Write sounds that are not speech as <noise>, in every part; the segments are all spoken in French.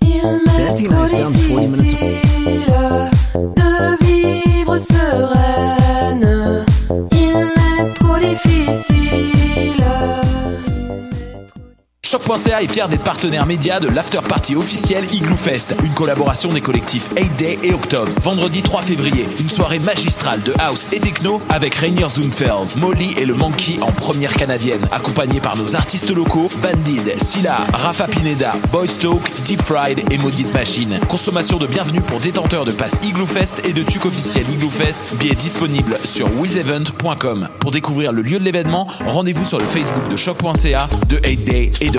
Dirty Nice Band, 40 minutes. de vivre sereine. Il m'est trop difficile. Choc.ca est fier d'être partenaire média de l'after party officiel Igloo Fest, une collaboration des collectifs 8 Day et Octobre. Vendredi 3 février, une soirée magistrale de house et techno avec Rainier Zunfeld, Molly et le Monkey en première canadienne, accompagnés par nos artistes locaux Bandid, Silla, Rafa Pineda, Boy Stoke, Deep Fried et Maudite Machine. Consommation de bienvenue pour détenteurs de passes Igloo Fest et de tuc officiel Igloo Fest, billets disponibles sur wizevent.com. Pour découvrir le lieu de l'événement, rendez-vous sur le Facebook de choc.ca, de 8 Day et d'Octobre.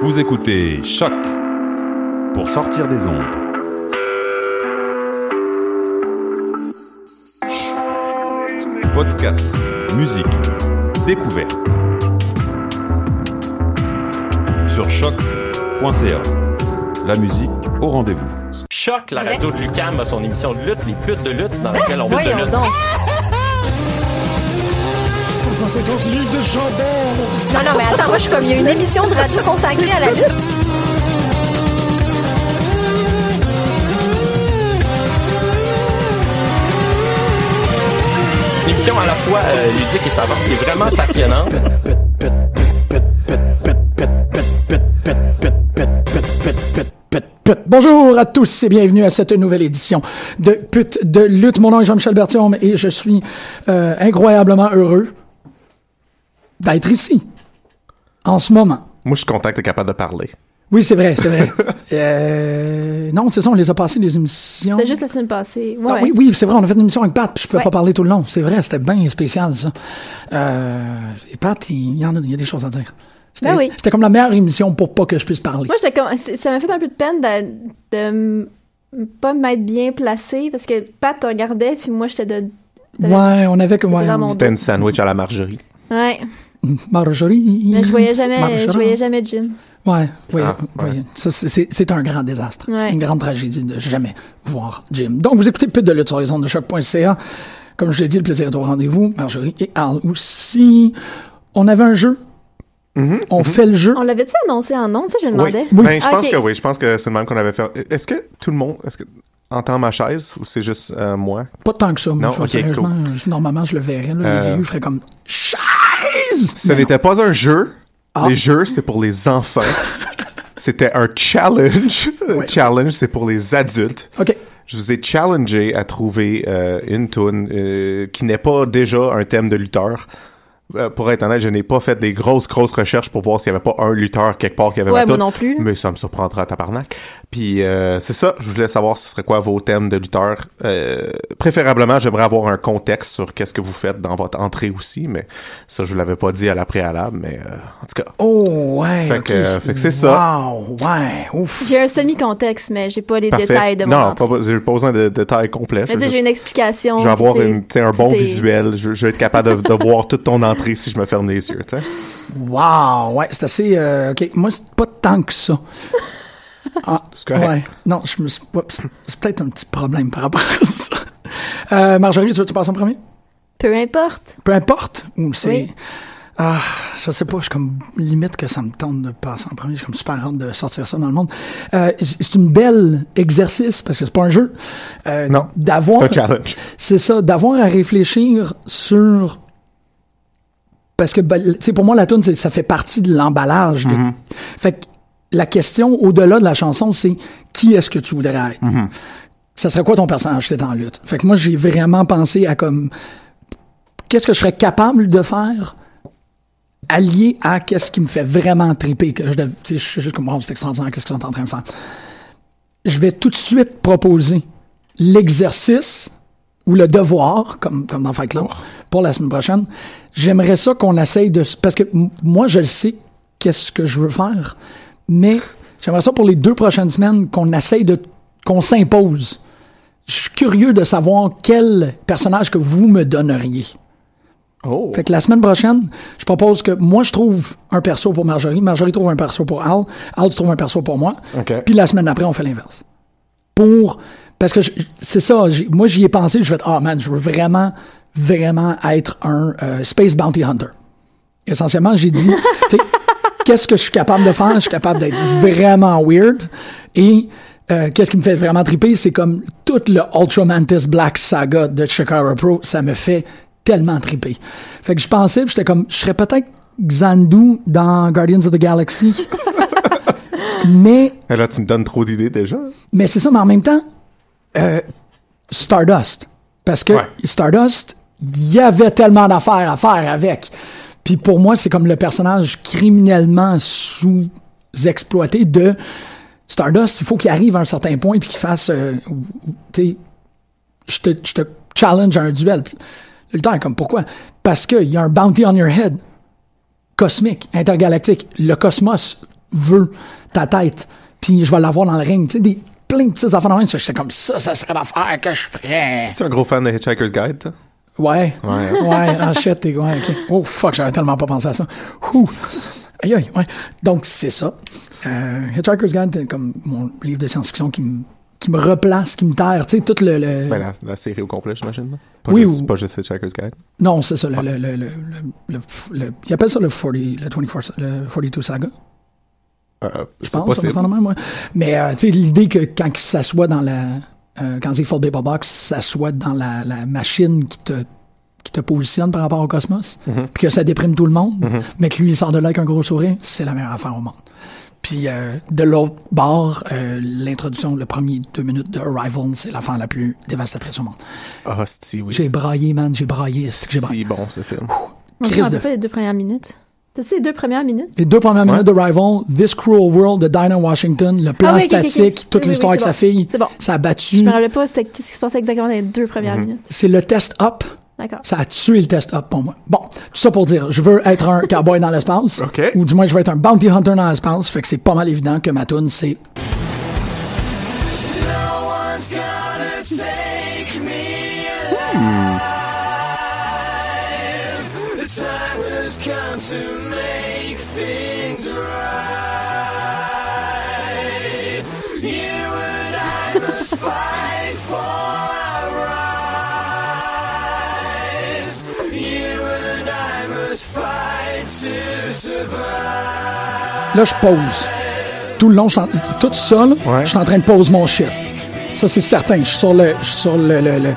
Vous écoutez Choc pour sortir des ondes. Podcast, musique, découverte. Sur choc.ca. La musique au rendez-vous. Choc, la radio de Lucam a son émission de lutte, les putes de lutte, dans laquelle Ben, on va de Voyons lutte. donc. 150 livres de chandelle. Non, non, mais attends, moi, je suis comme, il y a une émission de radio consacrée <laughs> à la lutte. Une émission à la fois euh, ludique et savante, qui est vraiment passionnante. Pute. Bonjour à tous et bienvenue à cette nouvelle édition de Pute de lutte. Mon nom est Jean-Michel Bertium et je suis euh, incroyablement heureux d'être ici en ce moment. Moi, je suis content que t'es capable de parler. Oui, c'est vrai, <laughs> c'est vrai. Euh, non, c'est ça, on les a passés les émissions. C'était juste la semaine passée. Ouais, Ah ouais. oui, oui, c'est vrai, on a fait une émission avec Pat, puis je pouvais Ouais. pas parler tout le long. C'est vrai, c'était bien spécial, ça. Euh, et Pat, il il y en a, il y a des choses à dire. C'était Ben oui. c'était comme la meilleure émission pour pas que je puisse parler. Moi, j'étais comme, c'est- ça m'a fait un peu de peine de, de m- pas m'être bien placée parce que Pat te regardait, puis moi, j'étais de. t'avais- ouais, on avait comme... C'était Ouais, dans mon C'était une sandwich à la margerie. Ouais. Marjorie... Mais Ben, je voyais jamais, Marjorie. hein? je voyais jamais Jim. Ouais, oui, Ah, oui. ouais. Ça, c'est- c'est c'est un grand désastre. Ouais. C'est une grande tragédie de jamais voir Jim. Donc, vous écoutez Pute de lutte sur les ondes de choc.ca. Comme je l'ai dit, le plaisir est au rendez-vous. Marjorie et Arl aussi. On avait un jeu. Mm-hmm, On fait le jeu. On l'avait-tu annoncé en ondes? Ça, je me Oui. demandais. Ben, je Ah, pense ok. que oui. Je pense que c'est le même qu'on avait fait. Est-ce que tout le monde est-ce que entend ma chaise ou c'est juste euh, moi? Pas tant que ça. Moi, Non, je- ok, sérieusement, je- normalement, je le verrais. Là, Euh, Le vieux ferait comme Chaise! Ce n'était pas un jeu. Les jeux, c'est pour les enfants. <laughs> C'était un challenge. <laughs> Un challenge, c'est pour les adultes. OK. Je vous ai challengé à trouver euh, une tune qui n'est pas déjà un thème de lutteur. Euh, pour être honnête, je n'ai pas fait des grosses, grosses recherches pour voir s'il n'y avait pas un lutteur quelque part qui avait Ouais, ma moi tune. non plus, là. Mais ça me surprendra à tabarnak. Puis euh, c'est ça, je voulais savoir ce serait quoi vos thèmes de lutteurs. Euh, préférablement, j'aimerais avoir un contexte sur qu'est-ce que vous faites dans votre entrée aussi, mais ça, je ne l'avais pas dit à la préalable, mais euh, en tout cas. Oh, ouais. Fait ok. que- euh, fait que c'est ça. Wow, ouais. Ouf. J'ai un semi-contexte, mais j'ai pas les Parfait. détails de mon non, entrée. pas, j'ai pas besoin de détails complets. Mais Je tu veux sais, j'ai une juste- explication. Je vais avoir puis une, tu sais, un tu bon t'es- visuel. Je, je vais être capable de, de voir toute ton entrée si je me ferme les yeux. tu sais. Wow, ouais. C'est assez. euh, OK. Moi, c'est pas tant que <laughs> ça. Ah, c'est correct. Ouais. Non, je me suis. oups, C'est peut-être un petit problème par rapport à ça. Euh, Marjorie, tu veux que tu passes en premier? Peu importe. Peu importe. ou c'est- Oui. Ah, je sais pas, je suis comme limite que ça me tente de passer en premier. Je suis comme super hâte de sortir ça dans le monde. Euh, j- c'est une belle exercice parce que c'est pas un jeu. Euh, Non, d'avoir, c'est un challenge. C'est ça, d'avoir à réfléchir sur parce que ben, tu sais pour moi la tune ça fait partie de l'emballage. de- Fait que la question au-delà de la chanson c'est qui est-ce que tu voudrais être. Ça serait quoi ton personnage qui est en lutte. Fait que moi j'ai vraiment pensé à comme qu'est-ce que je serais capable de faire allié à qu'est-ce qui me fait vraiment triper que je dev- tu sais, je suis juste comme oh, c'est extraordinaire qu'est-ce qu'ils sont en train de faire. Je vais tout de suite proposer l'exercice ou le devoir, comme, comme dans Fight Club, pour la semaine prochaine. J'aimerais ça qu'on essaye de... s- Parce que m- moi, je le sais, qu'est-ce que je veux faire, mais j'aimerais ça pour les deux prochaines semaines qu'on essaye de... qu'on s'impose. Je suis curieux de savoir quel personnage que vous me donneriez. Fait que la semaine prochaine, je propose que moi, je trouve un perso pour Marjorie, Marjorie trouve un perso pour Al, Al, tu trouves un perso pour moi. OK. Puis la semaine après, on fait l'inverse. Pour. Parce que je- je- c'est ça, j'ai- moi, j'y ai pensé, je vais ah man, je veux vraiment, vraiment être un euh, Space Bounty Hunter. Essentiellement, j'ai dit, tu sais, qu'est-ce que je suis capable de faire? Je suis capable d'être vraiment weird. Et euh, qu'est-ce qui me fait vraiment triper? C'est comme tout le Ultra Mantis Black Saga de Chikara Pro, ça me fait tellement triper. Fait que je pensais, puis j'étais comme, je serais peut-être Xandu dans Guardians of the Galaxy. mais Mais là, tu me donnes trop d'idées déjà. mais c'est ça, mais en même temps, euh, Stardust. Parce que Stardust, il y avait tellement d'affaires à faire avec. Puis pour moi, c'est comme le personnage criminellement sous-exploité de Stardust. Il faut qu'il arrive à un certain point puis qu'il fasse. euh, tu sais, je te, je te challenge à un duel. Puis le lutteur est comme pourquoi Parce qu'il y a un bounty on your head cosmique, intergalactique. Le cosmos veut ta tête. Puis je vais l'avoir dans le ring. Tu sais, des, plein de petites affaires dans le ring. J'étais comme ça, ça serait l'affaire que je ferais. Tu es un gros fan de Hitchhiker's Guide, toi? Ouais. Ouais. <laughs> Ouais, en shit, t'es ouais, ok. Oh fuck, j'avais tellement pas pensé à ça. Ouh. Aïe, aïe, ouais. Donc, c'est ça. Euh, Hitchhiker's Guide, c'est comme mon livre de science-fiction qui me qui me replace, qui me terre, tu sais, tout le... le- Ben, la, la série au complet, j'imagine. là. Pas Oui, juste, ou- pas juste Hitchhiker's Guide. Non, c'est Ah. ça, le, le, le, le, le- le- le- Ils appellent ça le, 40, le, 24, le 42 Saga. Euh, c'est pense, ça possible. dépend de même, ouais. Mais euh, tu sais, l'idée que quand il s'assoit dans la. euh, quand Zeke Fold Paper Box s'assoit dans la, la machine qui te, qui te positionne par rapport au cosmos, Mm-hmm. Mhm. puis que ça déprime tout le monde, Mhm. mais que lui, il sort de là avec un gros sourire, c'est la meilleure affaire au monde. Puis euh, de l'autre bord, euh, l'introduction, le premier deux minutes de Arrival, c'est l'affaire la plus dévastatrice au monde. Ah, si, oui. J'ai braillé, man, j'ai braillé, c'est que j'ai braillé. Si bon, ce film. Moi, je Crise me rappelle de- pas les deux premières minutes. T'as dit les deux premières minutes? Les deux premières minutes de Rival, This Cruel World de Dinah Washington, le plan Ah oui, ok, ok, ok. statique, toute Oui, oui, l'histoire oui, avec sa c'est bon. fille, C'est bon. ça a battu. Je me rappelais pas c'est- qu'est-ce qui se passait exactement dans les deux premières minutes. C'est le test up. D'accord. Ça a tué le test up pour moi. Bon, tout ça pour dire, je veux être un cowboy dans <laughs> l'espace. OK. Ou du moins, je veux être un bounty hunter dans l'espace. Fait que c'est pas mal évident que ma tune c'est. Là, je pose. Tout le long, je suis en... tout seul, je suis en train de poser mon shit. Ça, c'est certain. Je suis sur le, je suis sur le, le, le-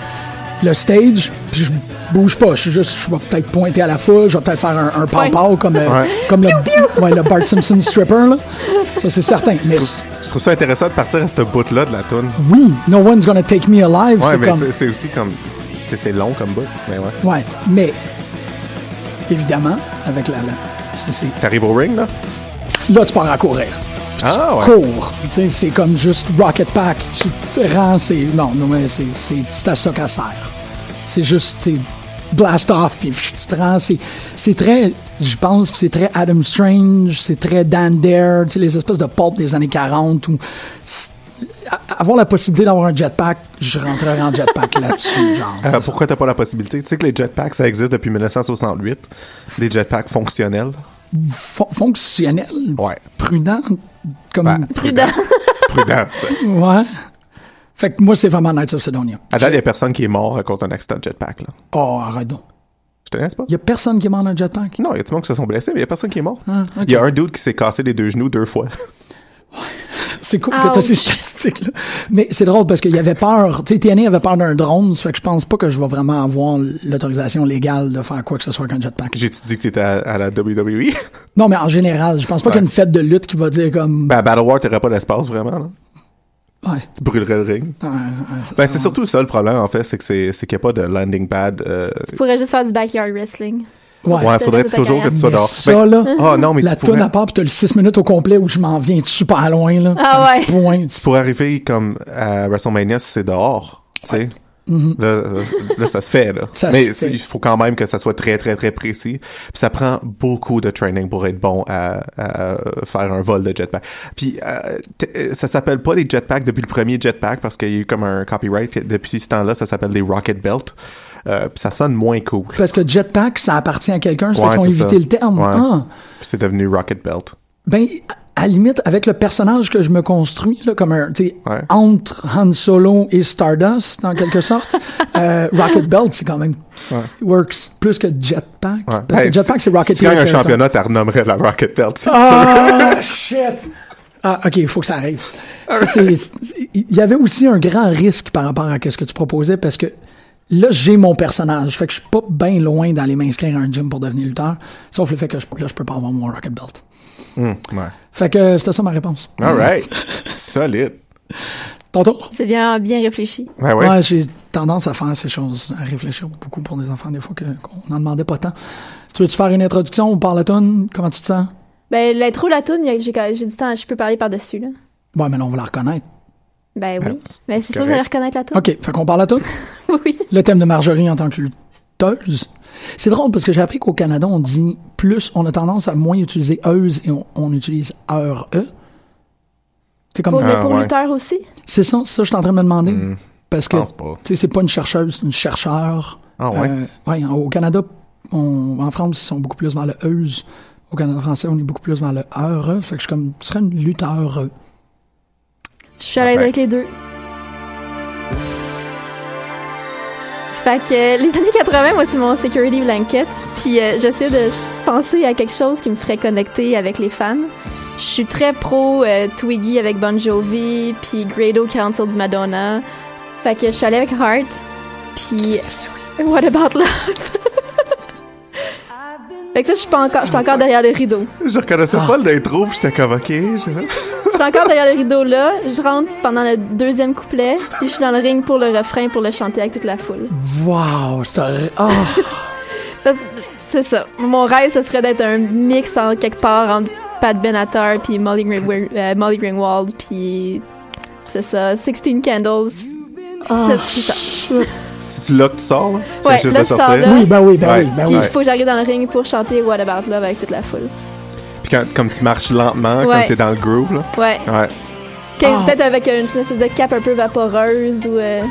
le stage, puis je bouge pas. Je suis juste, je vais peut-être pointer à la foule, je vais peut-être faire un, un pow-pow comme, euh, Ouais. comme le, ouais, le Bart Simpson stripper. Là. Ça, c'est certain. Je Mais trouve, je trouve ça intéressant de partir à ce bout-là de la toune. oui, no one's gonna take me alive. Ouais, c'est mais comme- c'est- c'est aussi comme. tu sais, C'est long comme bout, mais ouais. Ouais, mais évidemment, avec la. la- c'est- c'est- T'arrives au ring, là? là, tu pars à courir. Ah, ouais. Cours. Tu sais, C'est comme juste Rocket Pack. Tu te rends, c'est. Non, non, mais c'est c'est- c'est à ça qu'à sert. C'est juste, tu sais, blast off, puis pff, tu te rends. C'est c'est très, je pense, c'est très Adam Strange, c'est très Dan Dare, tu sais, les espèces de pop des années 40 où. c'est- a- Avoir la possibilité d'avoir un jetpack, je rentrerai en <laughs> jetpack là-dessus, genre. Euh, pourquoi t'as pas la possibilité? Tu sais que les jetpacks, ça existe depuis 1968. Des jetpacks fonctionnels. Fon- fonctionnel, Ouais. Ben, prudent, comme Prudent. <laughs> Prudent, ça. Ouais. Fait que moi, c'est vraiment Knights of Sidonia. À date, il y a personne qui est mort à cause d'un accident de jetpack, là. Oh, arrête donc. Je te laisse pas. Il y a personne qui est mort dans le jetpack. Non, il y a tout le monde qui se sont blessés, mais il y a personne qui est mort. Ah, ok. Il y a un dude qui s'est cassé les deux genoux deux fois. <laughs> C'est cool que t'as ces Ouch. statistiques-là. Mais c'est drôle parce qu'il y avait peur. Tu sais, TNA avait peur d'un drone, ça fait que je pense pas que je vais vraiment avoir l'autorisation légale de faire quoi que ce soit qu'un jetpack. J'ai-tu dit que t'étais à, à la E. WWE? Non, mais en général, je pense pas Ouais. qu'il y a une fête de lutte qui va dire comme. <laughs> ben, à Battle War, t'aurais pas d'espace, vraiment. là. Ouais. Tu brûlerais le ring. Ouais, ouais, ça, Ben, c'est surtout ça le problème, en fait, c'est que c'est c'est qu'il n'y a pas de landing pad. euh, Tu pourrais juste faire du backyard wrestling. Ouais, Pour le faudrait reste de ta toujours que tu sois Mais dehors. ça, Ben, là, ah, non, mais la tu pourrais- toune à part, puis t'as le 6 minutes au complet où je m'en viens de super loin, là. Ah C'est un petit point. Tu pourrais arriver comme à WrestleMania si c'est dehors, tu sais. Mhm. Là, euh, là, ça se fait, là. Ça Mais se c'est- fait. il faut quand même que ça soit très, très, très précis. Puis ça prend beaucoup de training pour être bon à, à faire un vol de jetpack. Puis euh, t- euh, ça s'appelle pas des jetpacks depuis le premier jetpack parce qu'il y a eu comme un copyright. Puis Depuis ce temps-là, ça s'appelle des rocket belt. Euh, puis ça sonne moins cool. Parce que jetpack, ça appartient à quelqu'un, ça Ouais, fait qu'on a c'est ça. évité le terme. Ouais. Ah. Puis c'est devenu rocket belt. Ben, à la limite, avec le personnage que je me construis, là, comme un, tu sais, entre Han Solo et Stardust, en quelque <laughs> sorte, euh, Rocket Belt, c'est quand même Ouais. works plus que Jetpack. Ouais. Parce que Ben, Jetpack, si- c'est Rocket euh, Si tu gagnes un Belt, hein. championnat, tu renommerais la rocket belt. c'est Ah, sûr. shit! Ah, OK, il faut que ça arrive. Ça, c'est- c'est- Il y avait aussi un grand risque par rapport à ce que tu proposais parce que là, j'ai mon personnage. Fait que je suis pas bien loin d'aller m'inscrire à un gym pour devenir lutteur. Sauf le fait que je, là, je peux pas avoir mon Rocket Belt. Hmm, ouais. Fait que c'était ça ma réponse. All <laughs> right. Solide. Ton tour? C'est bien, bien réfléchi. Ouais, ouais. j'ai tendance à faire ces choses, à réfléchir beaucoup pour des enfants, des fois que- qu'on n'en demandait pas tant. Tu veux-tu faire une introduction ou parle à toune? Comment tu te sens? Ben, l'intro, la toune, y a- j'ai j'ai du temps, je peux parler par-dessus, là. Ouais, mais là, on va la reconnaître. Ben oui. c'est- Mais c'est c'est sûr que je vais correct. reconnaître la toune. OK, fait qu'on parle à toune? <laughs> oui. Le thème de Marjorie en tant que lutteuse. C'est drôle parce que j'ai appris qu'au Canada, on dit plus, on a tendance à moins utiliser euse et on, on utilise heure e. C'est comme euh, Pour, le- pour lutteur aussi. C'est ça, ça, je suis en train de me demander. Mm. Parce que, pense pas. tu sais, c'est pas une chercheuse, c'est une chercheur. Euh, Ah ouais? ouais, en- au Canada, on- en France, ils sont beaucoup plus vers le euse. Au Canada français, on est beaucoup plus vers le heure. e. Fait que je suis comme, tu serais une lutteur. e. Je suis à l'aise ben. avec les deux. Fait que euh, les années 80, moi, c'est mon security blanket. Puis euh, j'essaie de penser à quelque chose qui me ferait connecter avec les fans. Je suis très pro euh, Twiggy avec Bon Jovi, puis Grado Council du Madonna. Fait que je suis allée avec Heart. Puis What About Love. <laughs> fait que ça, je suis pas encore, je suis encore derrière le rideau. Euh, Je reconnaissais pas Ah. l'intro, puis j'étais comme, OK, je- Je suis encore derrière le rideau là, je rentre pendant le deuxième couplet, puis je suis dans le ring pour le refrain pour le chanter avec toute la foule. Wow, c'est un- ah. Ça, C'est ça. Mon rêve, ce serait d'être un mix en quelque part entre Pat Benatar puis Molly, Green- euh, Molly Greenwald puis c'est ça, 16 Candles. Ça, c'est ça. C'est-tu là que tu sors, là? Tu Ouais, viens juste là, de je sors, sortir? là. Oui, ben oui, ben oui, Puis il faut que j'arrive dans le ring pour chanter What About Love avec toute la foule. Puis quand, comme tu marches lentement, Ouais. comme t'es dans le groove, là. Ouais. Ouais. Quel- Ah. Peut-être avec une, espèce de cape un peu vaporeuse ou. euh,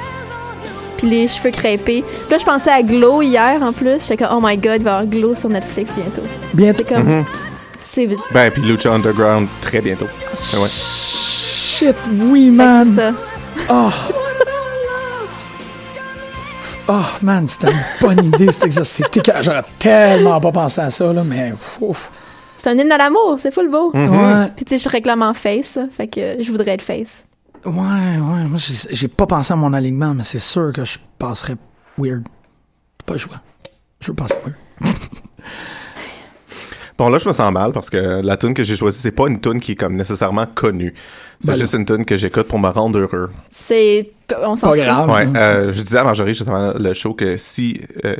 puis les cheveux crêpés. Puis là, je pensais à Glow hier en plus. J'étais comme, oh my god, il va y avoir Glow sur Netflix bientôt. Bientôt. C'est comme. Mhm. C'est vite. Ben, puis Lucha Underground, très bientôt. Ben ouais. Shit, oui, man. Oh. Oh, man, c'était une bonne idée, cet exercice. C'est écœurant. J'aurais tellement pas pensé à ça, là, mais ouf. C'est un hymne à l'amour, c'est full beau. Mhm. Ouais. Puis tu sais, je réclame en face. là. Fait que je voudrais être face. Ouais, ouais. Moi, j'ai j'ai pas pensé à mon alignement, mais c'est sûr que je passerais weird. C'est Pas le choix. Je veux passer weird. Bon, là, je me sens mal parce que la tune que j'ai choisie, c'est pas une tune qui est comme nécessairement connue. C'est Ben là. juste une tune que j'écoute pour me rendre heureux. C'est. On s'en fout. Ouais, hein, euh, je disais à Marjorie, juste avant le show, que si, euh,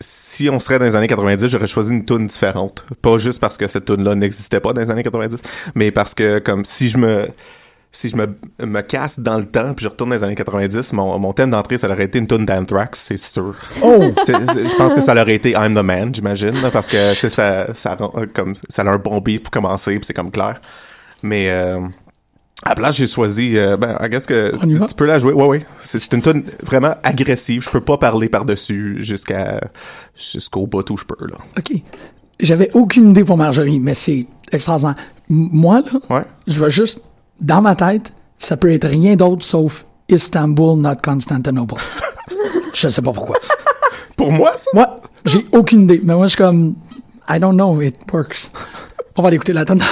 si on serait dans les années 90, j'aurais choisi une tune différente. Pas juste parce que cette tune là n'existait pas dans les années 90, mais parce que, comme, si je me, si je me, me casse dans le temps puis je retourne dans les années 90, mon, mon thème d'entrée, ça aurait été une tune d'Anthrax, c'est sûr. Oh! Tu sais, je pense que ça aurait été I'm the Man, j'imagine, là, parce que, tu sais, ça, ça, rend- comme, ça a un bon beat pour commencer puis c'est comme clair. Mais, euh, à la place, j'ai choisi. euh, ben, I guess que tu peux la jouer. Ouais, ouais. C'est c'est une tune vraiment agressive. Je peux pas parler par-dessus jusqu'à jusqu'au bout où je peux, là. OK. J'avais aucune idée pour Marjorie, mais c'est extraordinaire. M- Moi, là, je veux juste, dans ma tête, ça peut être <laughs> rien d'autre sauf Istanbul, not Constantinople. je sais pas pourquoi. Pour moi, ça? Moi, j'ai aucune idée. Mais moi, je suis comme, I don't know, it works. On va aller écouter la tonne.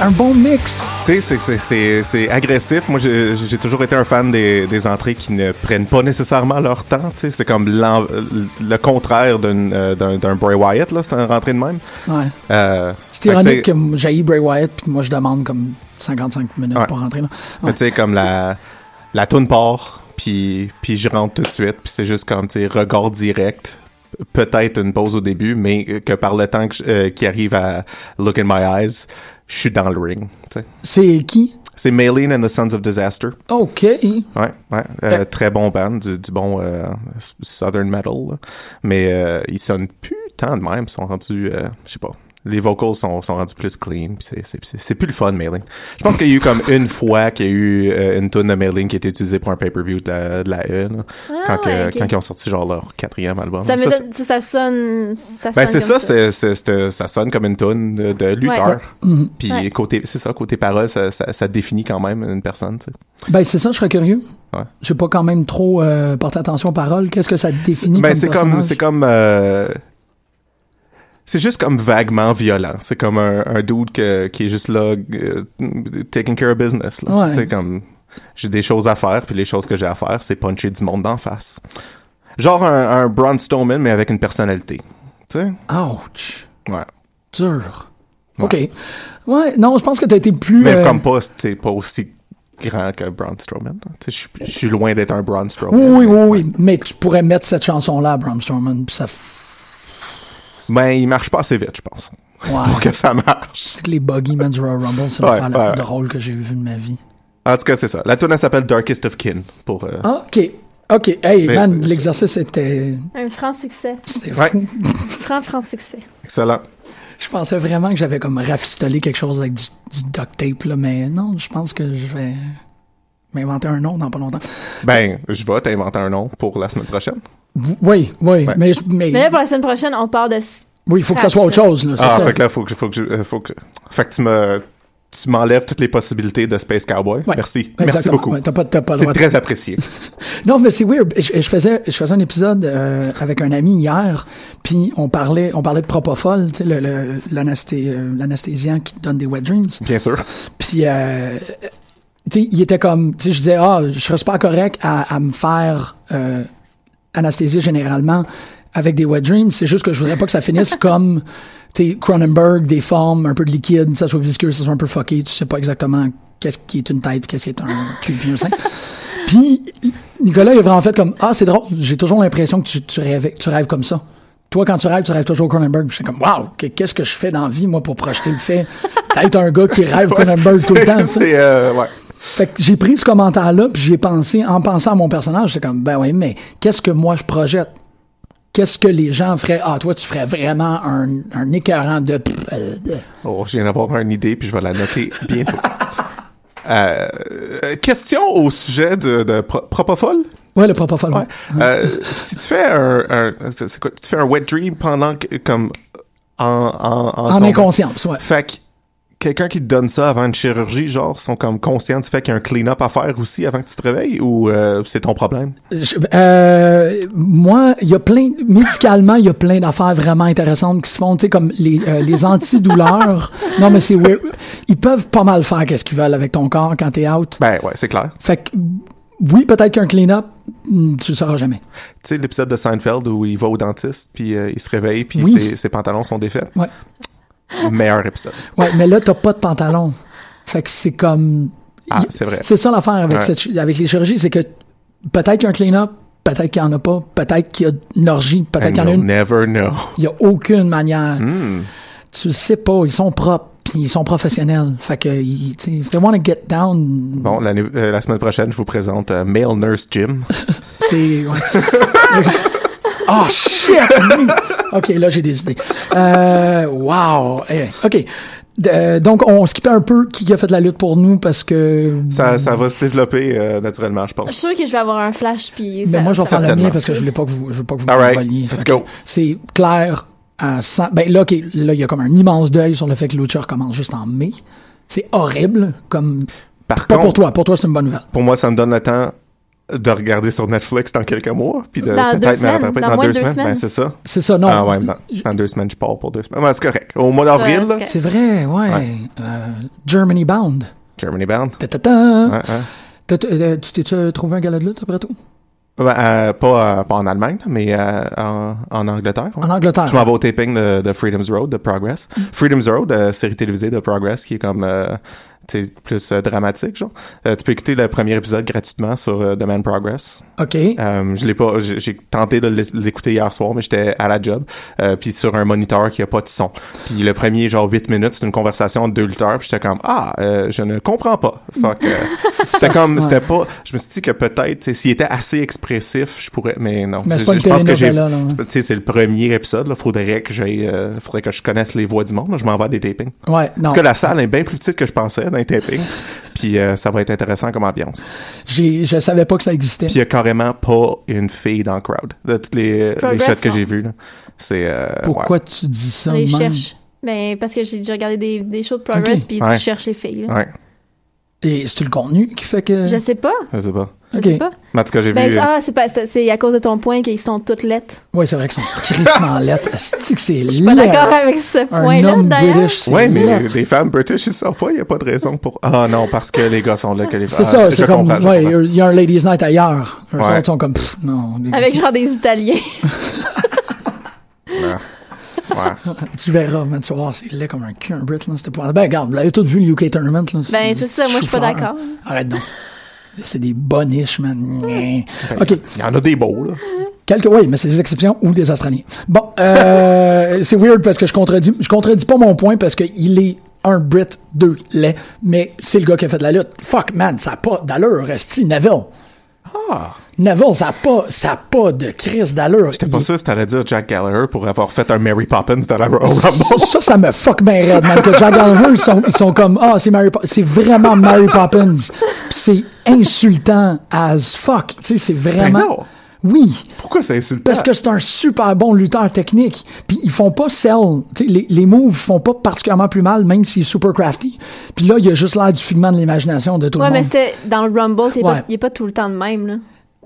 un bon mix. Tu sais, c'est agressif. Moi, j'ai toujours été un fan des, des, entrées qui ne prennent pas nécessairement leur temps. C'est comme le contraire d'un euh, Bray Wyatt, là, c'est un rentrée de même. Ouais. Euh, c'est ironique que, que j'aille Bray Wyatt, puis moi, je demande comme 55 minutes ouais. pour rentrer. Là. Ouais. tu sais, comme la, la toune part, puis, puis je rentre tout de suite, puis c'est juste comme, tu sais, regard direct peut-être une pause au début, mais que par le temps qui euh, qu arrive à Look in My Eyes, je suis dans le ring. C'est qui? C'est Maylene and the Sons of Disaster. OK. Ouais, ouais. Euh, très bon band, du, du bon euh, Southern Metal. Là. Mais euh, ils sonnent plus tant de même. Ils sont rendus, euh, je sais pas, les vocals sont, sont rendus plus clean. C'est plus le fun, Mailing. Je pense qu'il y a eu comme une fois qu'il y a eu euh, une tonne de Mailing qui a été utilisée pour un pay-per-view de la, de la E. Ah, quand, ouais, euh, okay. quand, ils ont sorti genre leur quatrième album. Ça, ça, donne, ça sonne. Ça ben, c'est ça, ça. c'est ça sonne comme une tonne de, de lutteur. Ouais. Puis ouais. côté, c'est ça, côté parole, ça, définit quand même une personne. T'sais. Ben, c'est ça, je serais curieux. Ouais. J'ai pas quand même trop euh, porté attention aux paroles. Qu'est-ce que ça définit? Ben, c'est comme. C'est comme euh, c'est juste comme vaguement violent. C'est comme un, un dude que, qui est juste là, euh, taking care of business. Là. Ouais. T'sais, comme j'ai des choses à faire, puis les choses que j'ai à faire, c'est puncher du monde d'en face. Genre un, un Braun Strowman, mais avec une personnalité. T'sais? Ouch. Ouais. Dur. Ouais. OK. Ouais, non, je pense que t'as été plus. Mais euh... comme pas, t'sais, pas aussi grand que Braun Strowman. Je suis loin d'être un Braun Strowman. Oui, oui, oui, ouais. oui. Mais tu pourrais mettre cette chanson-là à Braun Strowman, puis ça ben, il marche pas assez vite, je pense. Wow. pour que ça marche. C'est que les Buggy Men's Royal Rumble, c'est ouais, l'affaire ouais. de rôle que j'ai vu de ma vie. En tout cas, c'est ça. La tournée s'appelle Darkest of Kin. Pour, euh... Ah, OK. OK. Hey, Mais, man, l'exercice était. Un franc succès. C'était ouais. fou. <laughs> franc, franc succès. Excellent. Je pensais vraiment que j'avais comme rafistolé quelque chose avec du, du duct tape, là, mais non, je pense que je vais m'inventer un nom dans pas longtemps. Ben, je vais t'inventer un nom pour la semaine prochaine. Oui, oui, ouais. mais, mais... mais... là, pour la semaine prochaine, on part de... Oui, il faut que ça soit autre chose, là, Ah, ça. fait que là, faut que, faut que, je, faut que... Fait que tu me... Tu m'enlèves toutes les possibilités de Space Cowboy. Ouais, Merci. Merci beaucoup. Ouais, c'est très apprécié. non, mais c'est weird. Je, je, faisais, je faisais un épisode euh, avec un ami hier, puis on parlait, on parlait de Propofol, tu sais, l'anesthésien le, le, euh, qui te donne des wet dreams. Bien <laughs> sûr. Puis euh, T'sais, il était comme, tu sais, je disais, ah, je serais pas correct à, à me faire euh, anesthésier généralement avec des wet dreams. C'est juste que je voudrais pas que ça finisse comme, tu sais, Cronenberg, des formes, un peu de liquide, ça soit visqueux, ça soit un peu fucké, tu sais pas exactement qu'est-ce qui est une tête, qu'est-ce qui est un cul, puis un sein. Puis Nicolas il est vraiment fait comme, ah, c'est drôle, j'ai toujours l'impression que tu, tu, rêves, tu rêves comme ça toi, quand tu rêves, tu rêves toujours Cronenberg. J'étais comme, wow, qu'est-ce que je fais dans la vie, moi, pour projeter le fait d'être un gars qui rêve Cronenberg tout le temps. C'est, euh, ouais. Fait que j'ai pris ce commentaire-là, puis j'ai pensé, en pensant à mon personnage, j'étais comme, ben oui, mais qu'est-ce que moi je projette? Qu'est-ce que les gens feraient? Ah, toi, tu ferais vraiment un, un écœurant de... Oh, je viens d'avoir une idée, puis je vais la noter <laughs> bientôt. euh, question au sujet de, de Pro Propofol? Ouais, le propofol. Ouais. Ouais. Euh, si tu fais un, un quoi, tu fais un wet dream pendant que, comme en en en, en inconscience, ouais. Fait que quelqu'un qui te donne ça avant une chirurgie, genre, sont comme conscients du fait qu'il y a un clean-up à faire aussi avant que tu te réveilles ou euh, c'est ton problème? Je, euh, moi, il y a plein, médicalement, il y a plein d'affaires vraiment intéressantes qui se font, tu sais, comme les, euh, les antidouleurs. non, mais c'est Ils peuvent pas mal faire qu'est-ce qu'ils veulent avec ton corps quand t'es out. Ben ouais, c'est clair. Fait que, oui, peut-être qu'un clean-up, tu le sauras jamais. Tu sais, l'épisode de Seinfeld où il va au dentiste, puis euh, il se réveille, puis oui. ses, ses, pantalons sont défaits. Ouais. Meilleur épisode. Ouais, mais là, t'as pas de pantalon. Fait que c'est comme. Ah, c'est vrai. C'est ça l'affaire avec, ouais. cette, avec les chirurgies, c'est que peut-être qu'un clean-up, peut-être qu'il n'y en a pas, peut-être qu'il y a une orgie, peut-être qu'il y en a une. never know. Il n'y a aucune manière. Hmm? Mm. Tu le sais pas, ils sont propres ils sont professionnels. Fait que, ils, if they want to get down. Bon, la, euh, la, semaine prochaine, je vous présente euh, Male Nurse Jim. c'est, ouais. <laughs> Ah, shit! OK, là, j'ai des idées. Euh, wow! Eh, OK. D- euh, donc, on skippait un peu qui a fait de la lutte pour nous parce que... Ça, ça va se développer euh, naturellement, je Je pense. suis sûre que je vais avoir un flash, puis Mais ça- Ben, moi, je vais prendre le mien Certainement. parce que je ne pas que vous, Ah, je veux pas que vous All right, m'envoliez. let's Fait que go. C'est clair à 100. Ben là, OK, là, il y a comme un immense deuil sur le fait que Lucha recommence juste en mai. C'est horrible, comme... Par Pas contre, pour toi, pour toi, c'est une bonne nouvelle. pour moi, ça me donne le temps de regarder sur Netflix dans quelques mois, puis de Dans deux peut-être me semaines, rattraper dans dans, moins deux de deux semaines. Ben, semaines. c'est ça. C'est ça, non. Ah ouais, dans, dans deux semaines, je pars pour deux semaines. Ben, c'est correct. Au mois d'avril, là, Ouais, C'est vrai, ouais. Ouais. Euh, Germany Bound. Germany hein, Bound. Ta-ta-ta! Ouais, ouais. T'as- t'as- euh, Tu t'es trouvé un gala de lutte après tout? Ben, euh, pas, euh, pas en Allemagne, mais euh, en, en Angleterre. ouais. En Angleterre. Je m'en vais au taping de, de Freedom's Road, de Progress. Freedom's Road, euh, série télévisée de Progress qui est comme euh, tu sais, plus euh, dramatique, genre. Euh, tu peux écouter le premier épisode gratuitement sur euh, The Man Progress. OK. Euh, je l'ai pas, j'ai j'ai tenté de l'é- l'écouter hier soir, mais j'étais à la job, euh, puis sur un moniteur qui a pas de son. Puis le premier genre 8 minutes, c'est une conversation de deux lutteurs, puis j'étais comme ah, euh, je ne comprends pas. Fuck. euh, <laughs> c'était comme, ouais. c'était pas. Je me suis dit que peut-être, tu sais, s'il était assez expressif, je pourrais, mais non. Mais c'est Je- pas une je pense que j'ai, telenovela, non. tu sais, c'est le premier épisode. Là, faudrait que j'aille, euh, faudrait que je connaisse les voix du monde. là. je m'en vais à des tapings. Ouais, non. Parce que la salle est bien plus petite que je pensais dans les tapings, puis euh, ça va être intéressant comme ambiance. J'ai- Je savais pas que ça existait. Puis il y a carrément pas une fille dans le crowd. De toutes les, les Progress, shots que non. j'ai vus, là, c'est... euh, Pourquoi ouais. tu dis ça? On les même? cherche. Ben, parce que j'ai déjà regardé des, des shows de Progress, Ok. puis Ouais. tu cherches les filles. là. Ouais, Et c'est-tu le contenu qui fait que. Je sais pas. je sais pas. Je Ok. sais pas. Mais en tout cas, j'ai Ben, vu... euh, c'est- ah, c'est pas- c'est c'est à cause de ton point qu'ils sont toutes lettres. Ouais, c'est <laughs> vrai qu'ils sont crissement lettres. Est-ce que c'est Je suis pas d'accord avec ce Un point-là, homme d'ailleurs. british, c'est Ouais, mais euh, laid. des femmes british, ils savent pas, il n'y a pas de raison pour... Ah non, parce que les gars sont là que les femmes... C'est ça, je c'est comme. comprends, je Ouais, comprends. il y a un Ladies Night ailleurs. Eux Ouais. autres sont comme. pff, non. les- Avec genre des Italiens. <laughs> Ouais. <laughs> Tu verras, man, tu vas voir, c'est laid comme un cul, un Brit, là. C'était pas. Ben, regarde, vous l'avez tous vu le UK Tournament, là. Ben, des c'est ça, moi, je suis pas chou-fleurs. d'accord. Arrête donc. C'est des boniches, man. OK. ben, Il y en a des beaux, là. Quelques, oui, mais c'est des exceptions ou des Australiens. Bon, <laughs> euh, c'est weird parce que je contredis, je contredis pas mon point parce qu'il est un Brit, deux laid, mais c'est le gars qui a fait de la lutte. Fuck, man, ça a pas d'allure, Resti, Neville. Ah. Neville, ça a pas, ça a pas de crise d'allure. J'étais Il pas est- sûr si t'allais dire Jack Gallagher pour avoir fait un Mary Poppins dans la Royal Rumble. <laughs> Ça, ça me fuck bien raide, man. Que Jack Gallagher, ils sont, ils sont comme, ah, c'est Mary Pop- C'est vraiment Mary Poppins. Puis c'est insultant as fuck. Tu sais, c'est vraiment. Ben non. Oui. Pourquoi c'est insultant? Ah. Parce que c'est un super bon lutteur technique. Puis ils font pas sell. Tu sais, les, les moves font pas particulièrement plus mal, même s'il est super crafty. Puis là, il a juste l'air du figment de l'imagination de tout Ouais, le mais monde. c'était dans le Rumble, c'est Ouais. Mm. pas- il est pas tout le temps de même, là.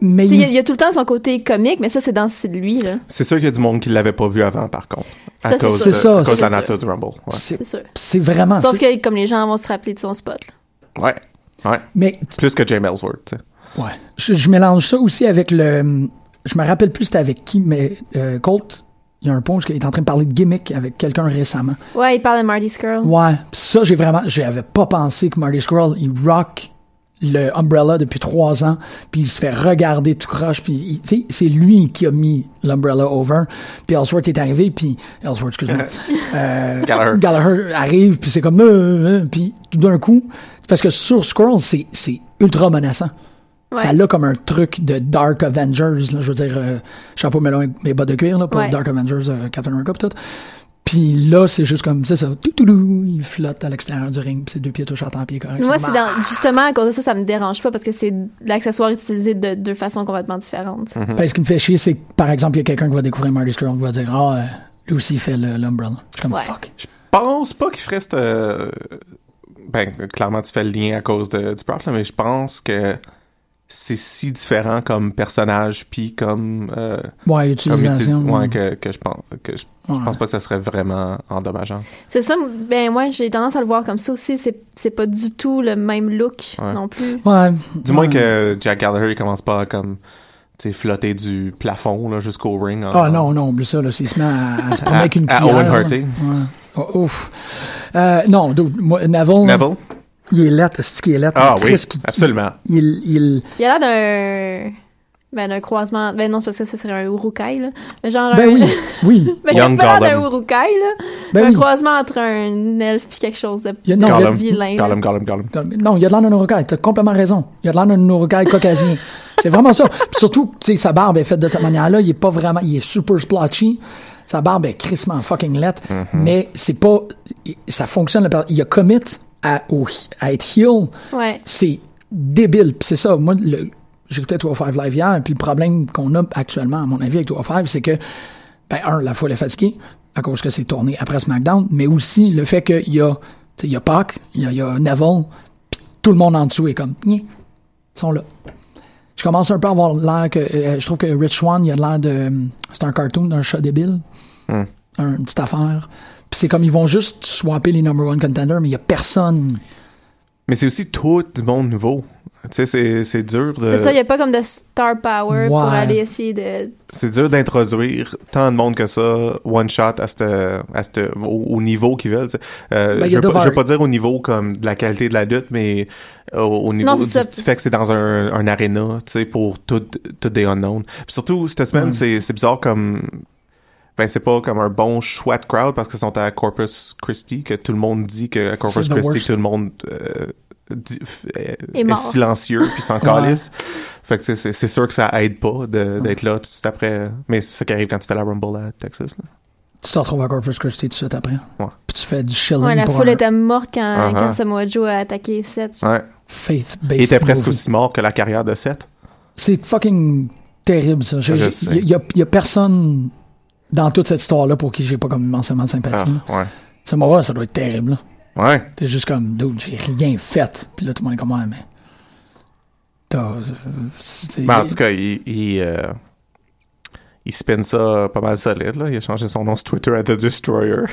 Mais, Tu sais, Il y, a- il- il y a tout le temps son côté comique, mais ça, c'est dans c'est de lui, là. C'est sûr qu'il y a du monde qui l'avait pas vu avant, par contre. À Ça, c'est cause, sûr. de, C'est ça, à cause de c'est la sûr. nature du Rumble. Ouais. c'est C'est sûr. c'est vraiment. Sauf Ah, c'est- que, comme les gens vont se rappeler de son spot, là. Ouais. Ouais. Mais Plus que James Ellsworth, tu sais. Ouais. Je, je mélange ça aussi avec le. Je me rappelle plus c'était avec qui, mais euh, Colt, il y a un punch qui est en train de parler de gimmick avec quelqu'un récemment. Ouais, il parle de Marty Skrull. Ouais. Pis ça, j'ai vraiment. J'avais pas pensé que Marty Scroll, il rock le Umbrella depuis trois ans, puis il se fait regarder tout croche, puis il- tu sais, c'est lui qui a mis l'Umbrella over, puis Ellsworth est arrivé, puis Ellsworth, excuse-moi, Gallagher. Gallagher arrive, puis c'est comme... euh, euh, euh, puis tout d'un coup, parce que sur Scroll, c'est c'est ultra menaçant. Ouais. Ça l'a comme un truc de Dark Avengers, là, je veux dire, euh, chapeau melon et mes bottes de cuir, là, pas Ouais. Dark Avengers, euh, Captain America, pis tout. Puis là, c'est juste comme, c'est ça, tout, tout, tout, il flotte à l'extérieur du ring, pis ses deux pieds touchent à temps pied correct. Moi, c'est Ah! dans, justement, à cause de ça, ça me dérange pas parce que c'est l'accessoire est utilisé de deux façons complètement différentes. Ben, ce qui me fait chier, c'est que, par exemple, il y a quelqu'un qui va découvrir Marty Scurll qui va dire, ah, euh, lui aussi, il fait le- l'Umbrella. Je suis comme, Ouais. Oh, fuck. pense pas qu'il ferait cette. euh, Ben, clairement, tu fais le lien à cause de- du prop, là, mais je pense que c'est si différent comme personnage, puis comme. euh, Ouais, comme utilisation. uti- ouais, que, que je pense que je, je Ouais. pense pas que ça serait vraiment endommageant. C'est ça, ben moi, j'ai tendance à le voir comme ça aussi. C'est c'est pas du tout le même look Ouais. non plus. Ouais. Du moins Ouais. que Jack Gallagher il commence pas à comme tu sais, flotter du plafond là, jusqu'au ring. en- Ah non, non, oublie ça, là, s'il se met à, à se promener À- avec une à cuillère, Owen là. Harty. Ouais. Oh, ouf. Euh, non, dude, moi, Neville, Neville? il est lettre, c'est qu'il est lettre. Ah Chris, oui, qui- qui- absolument. Il, il, Il a l'air d'un. Ben, un croisement. Ben, non, c'est parce que ce serait un urukai, là. Mais Genre Ben un- <laughs> oui, oui. Ben, il y a pas l'air d'un urukai, là. Ben un oui. croisement entre un elfe et quelque chose de, Il y a- non, de il y a- vilain. là. Comme- Non, il y a de l'air d'un Uruguay. T'as complètement raison. Il y a de l'air d'un Uruguay caucasien. C'est vraiment ça. Puis surtout, tu sais, sa barbe est faite de cette manière-là. Il est pas vraiment, il est super splotchy. Sa barbe est crissement fucking lettre. Mais c'est pas, il- ça fonctionne. le per- Il a commit à, au- à être heal. Ouais. C'est débile. Puis c'est ça. Moi, le- j'écoutais 205 Live hier. Puis le problème qu'on a actuellement, à mon avis, avec 205, c'est que, ben, un, la foule est fatiguée à cause que c'est tourné après SmackDown, mais aussi le fait qu'il y a, tu sais, il y a Pac, il y a, il y a Neville, puis tout le monde en dessous est comme, Nyeh, ils sont là. Je commence un peu à avoir l'air que, euh, je trouve que Rich Swan, il a de l'air de, c'est un cartoon d'un chat débile, Hmm. une petite affaire. Puis c'est comme, ils vont juste swapper les number one contenders, mais il y a personne. Mais c'est aussi tout du monde nouveau. Tu sais, c'est- c'est dur de. C'est ça, il n'y a pas comme de star power pour Ouais. aller essayer de. c'est dur d'introduire tant de monde que ça, one shot, à c'te- à c'te- au, au niveau qu'ils veulent. tu sais. Euh, Ben, y a je, veux pas, Devar. je veux pas dire au niveau comme de la qualité de la lutte, mais au, au niveau Non, c'est du, ça. du fait que c'est dans un, un aréna, tu sais, pour tout, tout des unknowns. Puis surtout, cette semaine, Ouais. c'est c'est bizarre comme... Ben, c'est pas comme un bon choix de crowd parce qu'ils sont à Corpus Christi, que tout le monde dit que à Corpus C'est le Christi, worst. tout le monde euh, dit- f- est, Est est mort. silencieux puis s'en Ouais. calisse. Fait que tu sais, c'est c'est sûr que ça aide pas de- d'être là tout de suite après. Mais c'est ça qui arrive quand tu fais la Rumble à Texas. là. Tu te retrouves à Corpus Christi tout de suite après. Ouais. Puis tu fais du shilling Ouais, la pour foule un était morte quand, Uh-huh. quand Samoa Joe a attaqué Seth. Ouais. faith-based Il était presque movie. aussi mort que la carrière de Seth. C'est fucking terrible, ça. Je sais. Il y, a- y a personne dans toute cette histoire-là pour qui j'ai pas comme immensément de Ah, sympathie. là. ouais. Ça m'a voir, ça doit être terrible. là. Ouais. T'es juste comme, dude, j'ai rien fait. Puis là, tout le monde est comme, ouais, mais. T'as. euh, c'est- Mais Ben, en tout cas, il, il, euh, il spin ça pas mal solide. Là. Il a changé son nom sur Twitter à The Destroyer.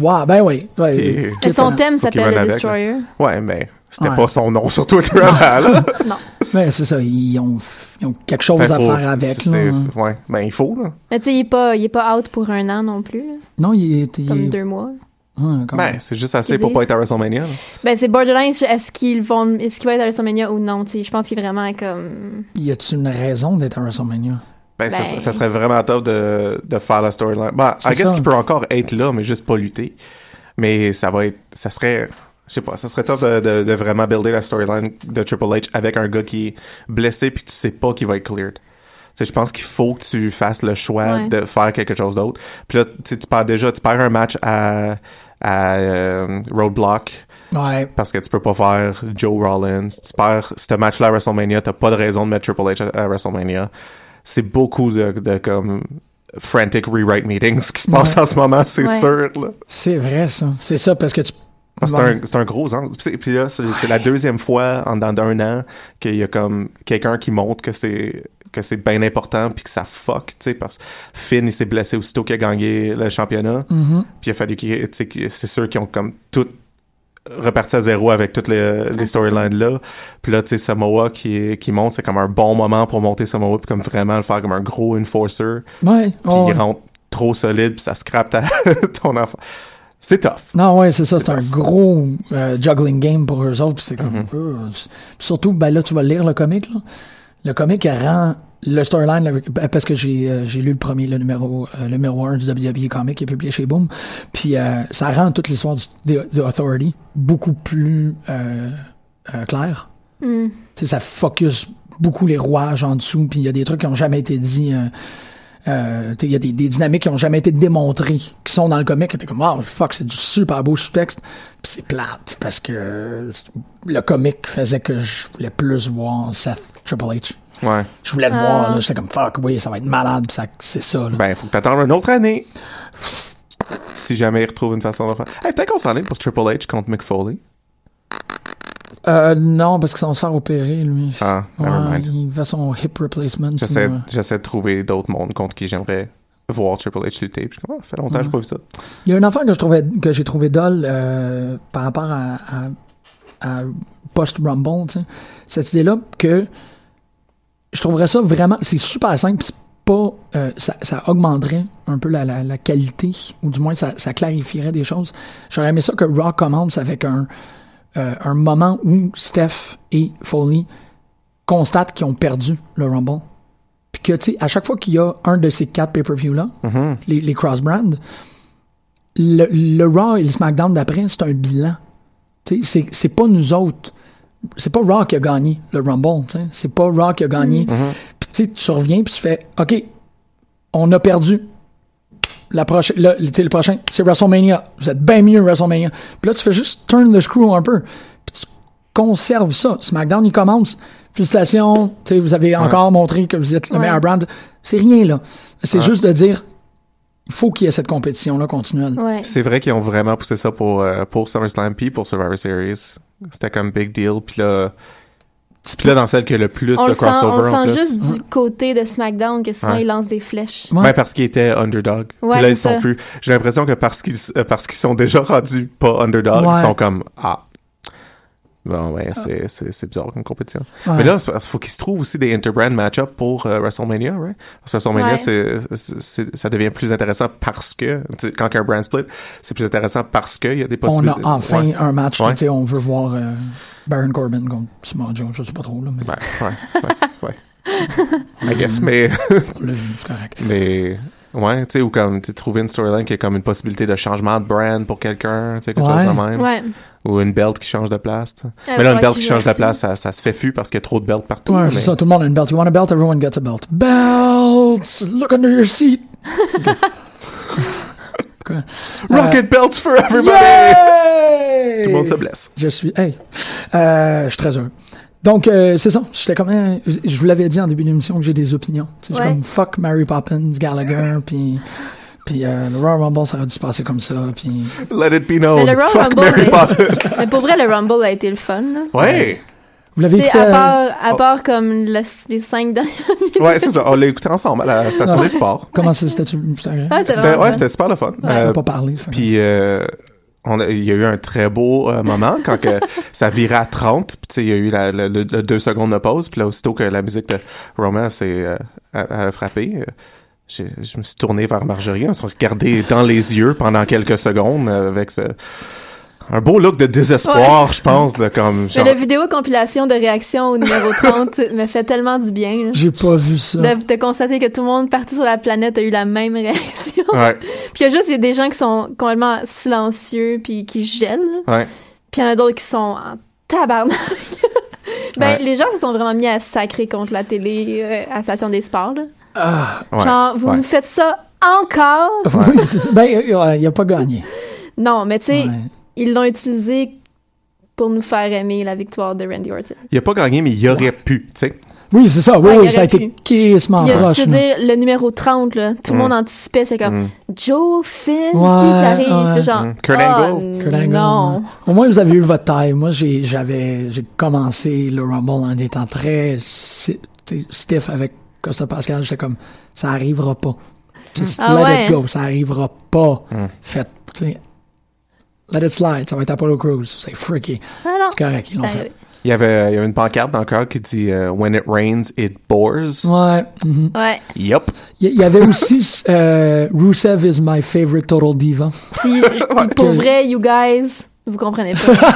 Ouais, ben oui. ouais. Et- Et son thème Faut qu'il s'appelle run The avec, hein. Destroyer. là. ouais, mais c'était Ouais. pas son nom sur Twitter avant. Là. Non. Ouais, c'est ça. Ils ont, ils ont quelque chose Fait à faut- faire avec. c'est- là. c'est- Ouais. Ben, il faut. Là. Mais tu sais, il n'est pas, il est pas out pour un an non plus, là. Non, il est. il comme est- Ah, deux mois. Ouais, comme- Ben, c'est juste assez Qu'ils pour pas disent. être à WrestleMania. là. Ben, c'est borderline. je- Est-ce qu'ils vont, est-ce qu'il va être à WrestleMania ou non? tu sais, Je pense qu'il est vraiment comme. Y a-tu une raison d'être à WrestleMania? Ben, ça- Ben. Ça, serait vraiment top de, de faire la storyline. Ben, C'est I guess ça. qu'il peut encore être là, mais juste pas lutter. Mais ça va être. Ça serait. Je sais pas, ça serait top de, de- de vraiment builder la storyline de Triple H avec un gars qui est blessé puis que tu sais pas qu'il va être cleared. Tu sais, je pense qu'il faut que tu fasses le choix Ouais. de faire quelque chose d'autre. Puis là, tu sais, tu perds déjà, tu perds un match à, à euh, Roadblock Ouais. parce que tu peux pas faire Joe Rollins. Tu perds ce match-là à WrestleMania, t'as pas de raison de mettre Triple H à, à WrestleMania. C'est beaucoup de, de comme frantic rewrite meetings qui se passe Ouais. en ce moment, c'est Ouais. sûr. là. C'est vrai, ça. C'est ça, parce que tu. Ah, C'est Ouais. un, c'est un gros angle. Puis c'est- Puis là, c'est c'est la deuxième fois en dans d'un an qu'il y a comme quelqu'un qui montre que c'est que c'est bien important puis que ça fuck, tu sais, parce que Finn, il s'est blessé aussitôt qu'il a gagné le championnat. Mhm. Puis il a fallu qu'ils, tu sais, qu'ils- c'est sûr qu'ils ont comme tout reparti à zéro avec toutes les, les storylines là. Puis là, tu sais, Samoa qui, qui monte, c'est comme un bon moment pour monter Samoa puis comme vraiment le faire comme un gros enforcer. Ouais. Puis ouais. il rentre trop solide puis ça scrape ta, <laughs> ton enfant. C'est tough. Non, ouais, c'est ça. C'est un gros euh, juggling game pour eux autres. puis C'est Mm-hmm. comme. euh, c'est- surtout, ben là, tu vas lire le comic. Là. Le comic elle rend le storyline, avec- ben, parce que j'ai euh, j'ai lu le premier, le numéro, euh, le numéro 1 du WWE comic qui est publié chez Boom. Puis euh, ça rend toute l'histoire du, du, du Authority beaucoup plus euh, euh, claire. Hmm. Tu sais, ça focus beaucoup les rouages en dessous, puis il y a des trucs qui ont jamais été dits. euh, euh, tu sais, il y a des, des dynamiques qui ont jamais été démontrées, qui sont dans le comic, et t'es comme, oh fuck, c'est du super beau sous-texte, puis c'est plate, parce que euh, le comic faisait que je voulais plus voir Seth Triple H. Ouais. Je voulais le Ah. voir, là, j'étais comme, fuck, oui, ça va être malade, pis ça, c'est ça, là. Ben, faut que t'attendes une autre année. Si jamais il retrouve une façon de faire. Hey, peut-être qu'on s'en est pour Triple H contre Mick Foley. Euh, non, parce qu'ils sont se faire opérer, lui. Ah, Ouais, never mind. il fait son hip replacement. J'essaie, puis, euh, j'essaie de trouver d'autres mondes contre qui j'aimerais voir Triple H lutter. Puis je suis comme, ah, fait longtemps que j'ai pas vu ça. Il y a une affaire que je trouvais que j'ai trouvé dolle euh, par rapport à, à- à Post Rumble, tu sais. cette idée-là que je trouverais ça vraiment, c'est super simple, pis c'est pas, euh, ça, ça augmenterait un peu la, la- la qualité, ou du moins ça, ça clarifierait des choses. J'aurais aimé ça que Raw commence avec un, euh, un moment où Steph et Foley constatent qu'ils ont perdu le Rumble. Puis que, tu sais, à chaque fois qu'il y a un de ces quatre pay-per-view-là, Mhm. les, les cross-brands, le, le Raw et le SmackDown d'après, c'est un bilan. Tu sais, C'est c'est pas nous autres. C'est pas Raw qui a gagné le Rumble. tu sais. C'est pas Raw qui a gagné. Puis tu sais, tu reviens puis tu fais OK, on a perdu. La prochaine, le, tu sais, le prochain, c'est WrestleMania. Vous êtes bien mieux WrestleMania. Puis là, tu fais juste turn the screw un peu. Puis tu conserves ça. SmackDown, il commence. Félicitations. tu sais, Vous avez encore montré que vous êtes le Ouais. meilleur brand. C'est rien, là. C'est Ouais. juste de dire il faut qu'il y ait cette compétition-là continuelle. C'est vrai qu'ils ont vraiment poussé ça pour, euh, pour SummerSlam puis pour Survivor Series. C'était comme big deal. Puis là, puis là dans celle qui a le plus on de le sent, on crossover le en sent plus. juste du côté de SmackDown que souvent Ouais. ils lancent des flèches. Ben, parce qu'ils étaient underdog. Puis Ouais, là, ils c'est sont ça. plus. J'ai l'impression que parce qu'ils euh, parce qu'ils sont déjà rendus pas underdog, Ouais. ils sont comme ah. Bon, ouais, Ah. c'est- c'est c'est bizarre comme compétition. Ouais. Mais là, il faut qu'ils se trouvent aussi des interbrand match-up pour euh, WrestleMania, right? Parce que WrestleMania, Ouais. c'est- c'est- c'est- ça devient plus intéressant parce que, tu sais, quand il y a un brand split, c'est plus intéressant parce qu'il y a des on a possibilités. enfin Ouais. un match. Ouais. tu sais, On veut voir euh, Baron Corbin contre Simon Jones. Je sais pas trop. Là, mais... Ben, Ouais, ouais, ouais. <laughs> I guess, mais. On l'a vu, c'est correct. mais. Ouais, tu sais, ou comme, tu sais, trouver une storyline qui est comme une possibilité de changement de brand pour quelqu'un, tu sais, quelque chose de Ouais. même. Ouais. Ou une belt qui change de place, tu Euh, sais. Ah, Mais là, ouais, une belt qui qui change de joue place, ça, ça se fait fu parce qu'il y a trop de belts partout. Ouais, mais- c'est ça, tout le monde a une belt. You want a belt? Everyone gets a belt. Belts! Look under your <laughs> seat! Ok. Quoi? Rocket belts for everybody! Euh, Yay! Tout le monde se blesse. Je suis. Hey! Euh, je suis très heureux. Donc, euh, c'est ça. J'étais comme. euh, je vous l'avais dit en début d'émission que j'ai des opinions. Tu sais, Je suis Ouais. comme fuck Mary Poppins, <laughs> Gallagher, puis. Puis euh, le Royal Rumble, ça aurait dû se passer comme ça. Puis. Let it be known. Mais le Royal Fuck Rumble, Mary mais- Poppins. Mais pour vrai, le Rumble a été le fun. là. Ouais! Tu Vous l'avez sais, écouté. à euh, part, à oh. part comme le- les cinq dernières <laughs> minutes. Ouais, c'est ça. On l'a écouté ensemble à la station Non. des sports. Comment ça, c'était-tu? C'était agréable? Ah, c'était C'était, vraiment ouais, fun. c'était super le fun. Ouais, on peut pas parler, ça. Euh, Puis, euh, on a- il y a eu un très beau euh, moment quand <laughs> que ça virait à 30. Puis, tu sais, il y a eu la, le, le- le deux secondes de pause. Puis là, aussitôt que la musique de Roman s'est euh, a- a frappé, euh, j'ai- je me suis tourné vers Marjorie. On s'est regardé dans les yeux pendant quelques secondes euh, avec ce- un beau look de désespoir, Ouais. je pense, de comme... Mais genre- la vidéo compilation de réaction au <laughs> numéro 30 me fait tellement du bien. là. J'ai pas vu ça. De, de constater que tout le monde partout sur la planète a eu la même réaction. Ouais. Puis il y a juste il y a des gens qui sont complètement silencieux puis qui gèlent. Ouais. Puis il y en a d'autres qui sont en tabarnak. <laughs> ben, Ouais. les gens se sont vraiment mis à sacrer contre la télé euh, à la Station des Sports. là. Ouais. Genre, vous Ouais. nous faites ça encore? Ah, Oui, c'est ça. ben, euh, ouais, il a pas gagné. Non, mais tu sais, ils l'ont utilisé pour nous faire aimer la victoire de Randy Orton. Il a pas gagné, mais il aurait pu, tu sais. Oui, c'est ça. Oui, Ouais, Ah, il oui, aurait ça a pu. été crissement Puis, euh, proche. je veux là. dire, le numéro 30, là, tout le Mm. monde anticipait, c'est comme Mm. Joe Finn qui- qui, Ouais, arrive, ouais. puis genre. Mm. Kurt ah, Angle. Kurt Angle, Non. hein. Au moins, vous avez eu votre taille. Moi, j'ai, j'avais, j'ai commencé le Rumble en étant très si- t'sais, stiff avec Costa Pascal. J'étais comme, ça arrivera pas. Just Ah let ouais. it go, ça arrivera pas. Faites, t'sais, let it slide, ça va être Apollo Crews. C'est freaky. Ah non. C'est correct, ils l'ont Ça fait. arrive. Il y avait, il y avait une pancarte dans le cœur qui dit euh, When it rains, it pours. Ouais. mhm. Ouais. Yup. Il y, il y avait aussi euh, Rusev is my favorite total diva. Puis, puis pour vrai, you guys, vous comprenez pas.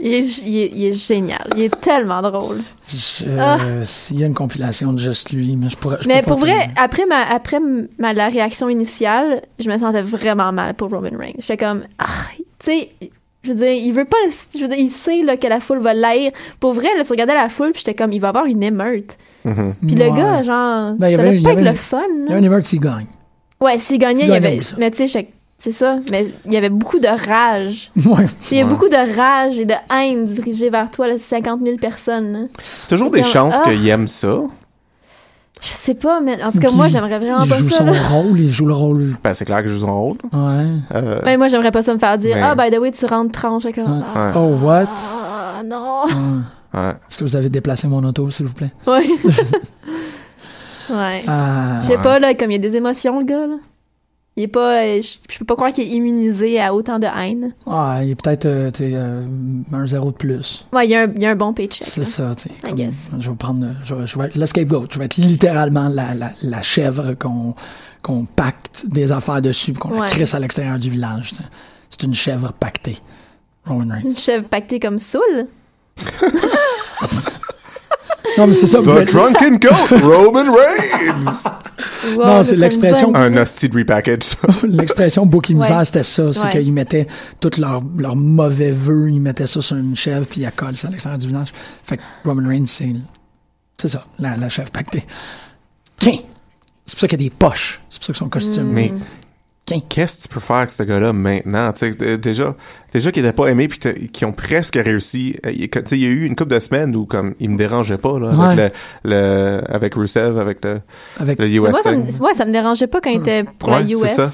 il, est, g- il est- il est génial. Il est tellement drôle. Je- euh, Ah. S'il y a une compilation de juste lui, mais je pourrais. je Mais peux pas pour te- vrai, après, ma, après m- ma, la réaction initiale, je me sentais vraiment mal pour Roman Reigns. J'étais comme, ah, tu sais, je veux dire, il veut pas, le- je veux dire, il sait là, que la foule va l'haïr. Pour vrai, là, je regardais la foule, puis j'étais comme, il va avoir une émeute. Mm-hmm. Puis le Ouais. gars, genre, Ben, il y ça avait- devait il y pas être avait- le fun. Il y là. a un émeute s'il gagne. Ouais, s'il gagnait, il S'il y gagnait, avait. oublie ça. Mais tu sais, j'étais- c'est ça. Mais il y avait beaucoup de rage. <laughs> Ouais. Il y a Ouais. beaucoup de rage et de haine dirigée vers toi, là, 50 000 personnes. là. Toujours des Comme, chances ah, qu'il aime ça. Je sais pas, mais en tout cas, moi, j'aimerais vraiment il pas joue Ah, bah, ça. là. son rôle, il joue le rôle. Ben, c'est clair que je joue son rôle. Ouais. Euh, Ouais, moi, j'aimerais pas ça me faire dire Mais- Ah, by the way, tu rentres tranche. J'étais comme, Ah, Ouais. Oh, what? ah, non. <laughs> Ouais. Est-ce que vous avez déplacé mon auto, s'il vous plaît? Ouais. <laughs> ouais. Ah. Je sais Ouais. pas, là, comme il y a des émotions, le gars, là. Il est pas. euh, Je je peux pas croire qu'il est immunisé à autant de haine. Ah, il est peut-être euh, t'sais, euh, un zéro de plus. Ouais, il y a un, il y a un bon paycheck. C'est là. ça, tu I guess. Je vais prendre le, je, vais- je vais être le scapegoat. Je vais être littéralement la, la, la chèvre qu'on qu'on pacte des affaires dessus, qu'on la Ouais. crisse à l'extérieur du village. t'sais. C'est une chèvre pactée. <laughs> Rowan Reigns. Une chèvre pactée comme Soul. Non, mais c'est ça. The <laughs> Drunken Goat, Roman Reigns! Wow, non, ça, c'est une l'expression. bonne- Un hostie de repackage, ça. Mm. L'expression bouc misère, Ouais. c'était ça. C'est Ouais. qu'ils mettaient tous leurs leurs mauvais vœux, ils mettaient ça sur une chèvre, puis ils collent ça à l'extérieur du village. Fait que Roman Reigns, c'est c'est ça, la, la chèvre pactée. Quin! C'est pour ça qu'il y a des poches. C'est pour ça que son Mm. costume. Mais Quin. qu'est-ce que tu peux faire avec ce gars-là maintenant? Tu sais, d- déjà, déjà qu'il n'était pas aimé puis que- qu'ils ont presque réussi. Euh, il- que- tu sais, Il y a eu une couple de semaines où comme il me dérangeait pas là, avec, Ouais. le, le- avec Rusev, avec le, Avec- le Mais US Moi, ça thing. me, ouais, ça me dérangeait pas quand il était pour Ouais, la US. c'est ça.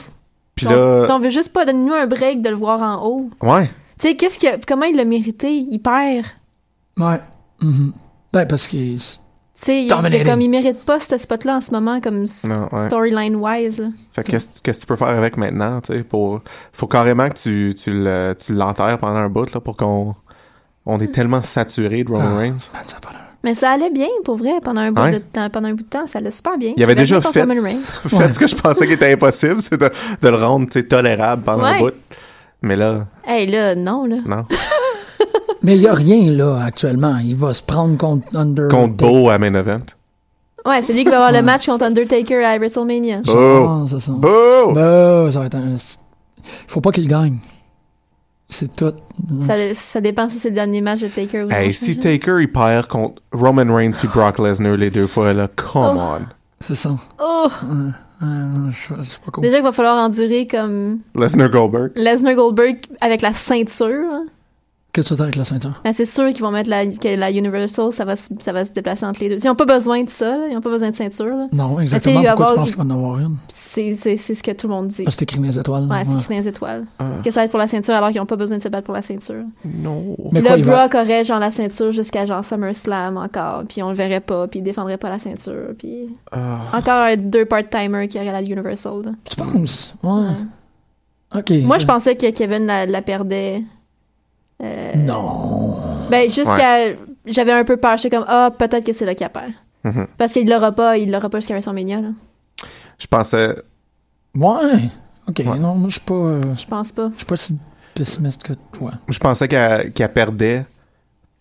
Puis Si on- là, si on veut juste pas donner nous un break de le voir en haut. ouais, Tu sais, qu'est-ce que, comment il l'a mérité? Il perd. Ouais. Mhm. Ouais, parce que. c'est- Tu sais, il, il, Dominating. comme il mérite pas ce spot-là en ce moment, comme s- non, ouais. storyline-wise. là. Fait que qu'est-ce qu'est-ce que tu peux faire avec maintenant? Tu sais, pour, faut carrément que tu, tu le- tu l'enterres pendant un bout là, pour qu'on on est tellement saturé de Roman Ah. Reigns. <laughs> Ben, ça a pas l'air. Mais ça allait bien, pour vrai, pendant un bout, Ouais. de, temps, pendant un bout de temps. Ça allait super bien. Il avait Ça allait déjà bien fait- contre Roman Reigns. <laughs> Faites Ouais. ce que je pensais qu'il était impossible, c'est de, de le rendre tu sais, tolérable pendant un Ouais. bout. Mais là, Hey, là, non, là. non. Euh, Mais il n'y a rien, là, actuellement. Il va se prendre contre Under. Contre Beau à main event. Ouais, c'est lui qui va avoir le match contre Undertaker à WrestleMania. Beau! Ah, ça, ça. Beau! Ben, ça va être un. Faut pas qu'il gagne. C'est tout. Ça, ça dépend si c'est le dernier match de Taker ou non. Hey, si Taker il perd contre Roman Reigns puis Brock Lesnar les deux fois là, come C'est ça. Oh! Euh, je- c'est pas cool. Déjà qu'il va falloir endurer comme on. Lesnar Goldberg. Lesnar Goldberg avec la ceinture. hein. Qu'est-ce que tu as avec la ceinture? Ben, c'est sûr qu'ils vont mettre la, que la Universal, ça va, se- ça va se déplacer entre les deux. Ils n'ont pas besoin de ça, là. ils n'ont pas besoin de ceinture. là. Non, Ah, tu exactement. sais, il va Pourquoi tu avoir- penses qu'il va en avoir une? C'est c'est- c'est ce que tout le monde dit. Parce que c'est écrit dans les étoiles. Ouais, c'est Ah, ouais. écrit dans les étoiles. Que ça va être pour la ceinture alors qu'ils n'ont pas besoin de se battre pour la ceinture. Non. Mais Puis quoi, là, il va... Brock aurait genre la ceinture jusqu'à genre SummerSlam encore, puis on le verrait pas, puis il défendrait pas la ceinture, puis Ah. encore un deux part-timers qui aurait la Universal. là. Tu penses? Ouais. OK. Moi, je pensais que Kevin la, la perdait. Euh, Non. Ben, jusqu'à. J'avais un peu peur. J'étais comme, ah, peut-être que c'est là qu'il perd. Mhm. Parce qu'il l'aura pas, il l'aura pas jusqu'à WrestleMania, là. Je pensais. Ouais. OK. Ouais. Non, moi, je suis pas... euh, Je pense pas. Je suis pas si pessimiste que toi. Je pensais qu'elle qu'elle perdait,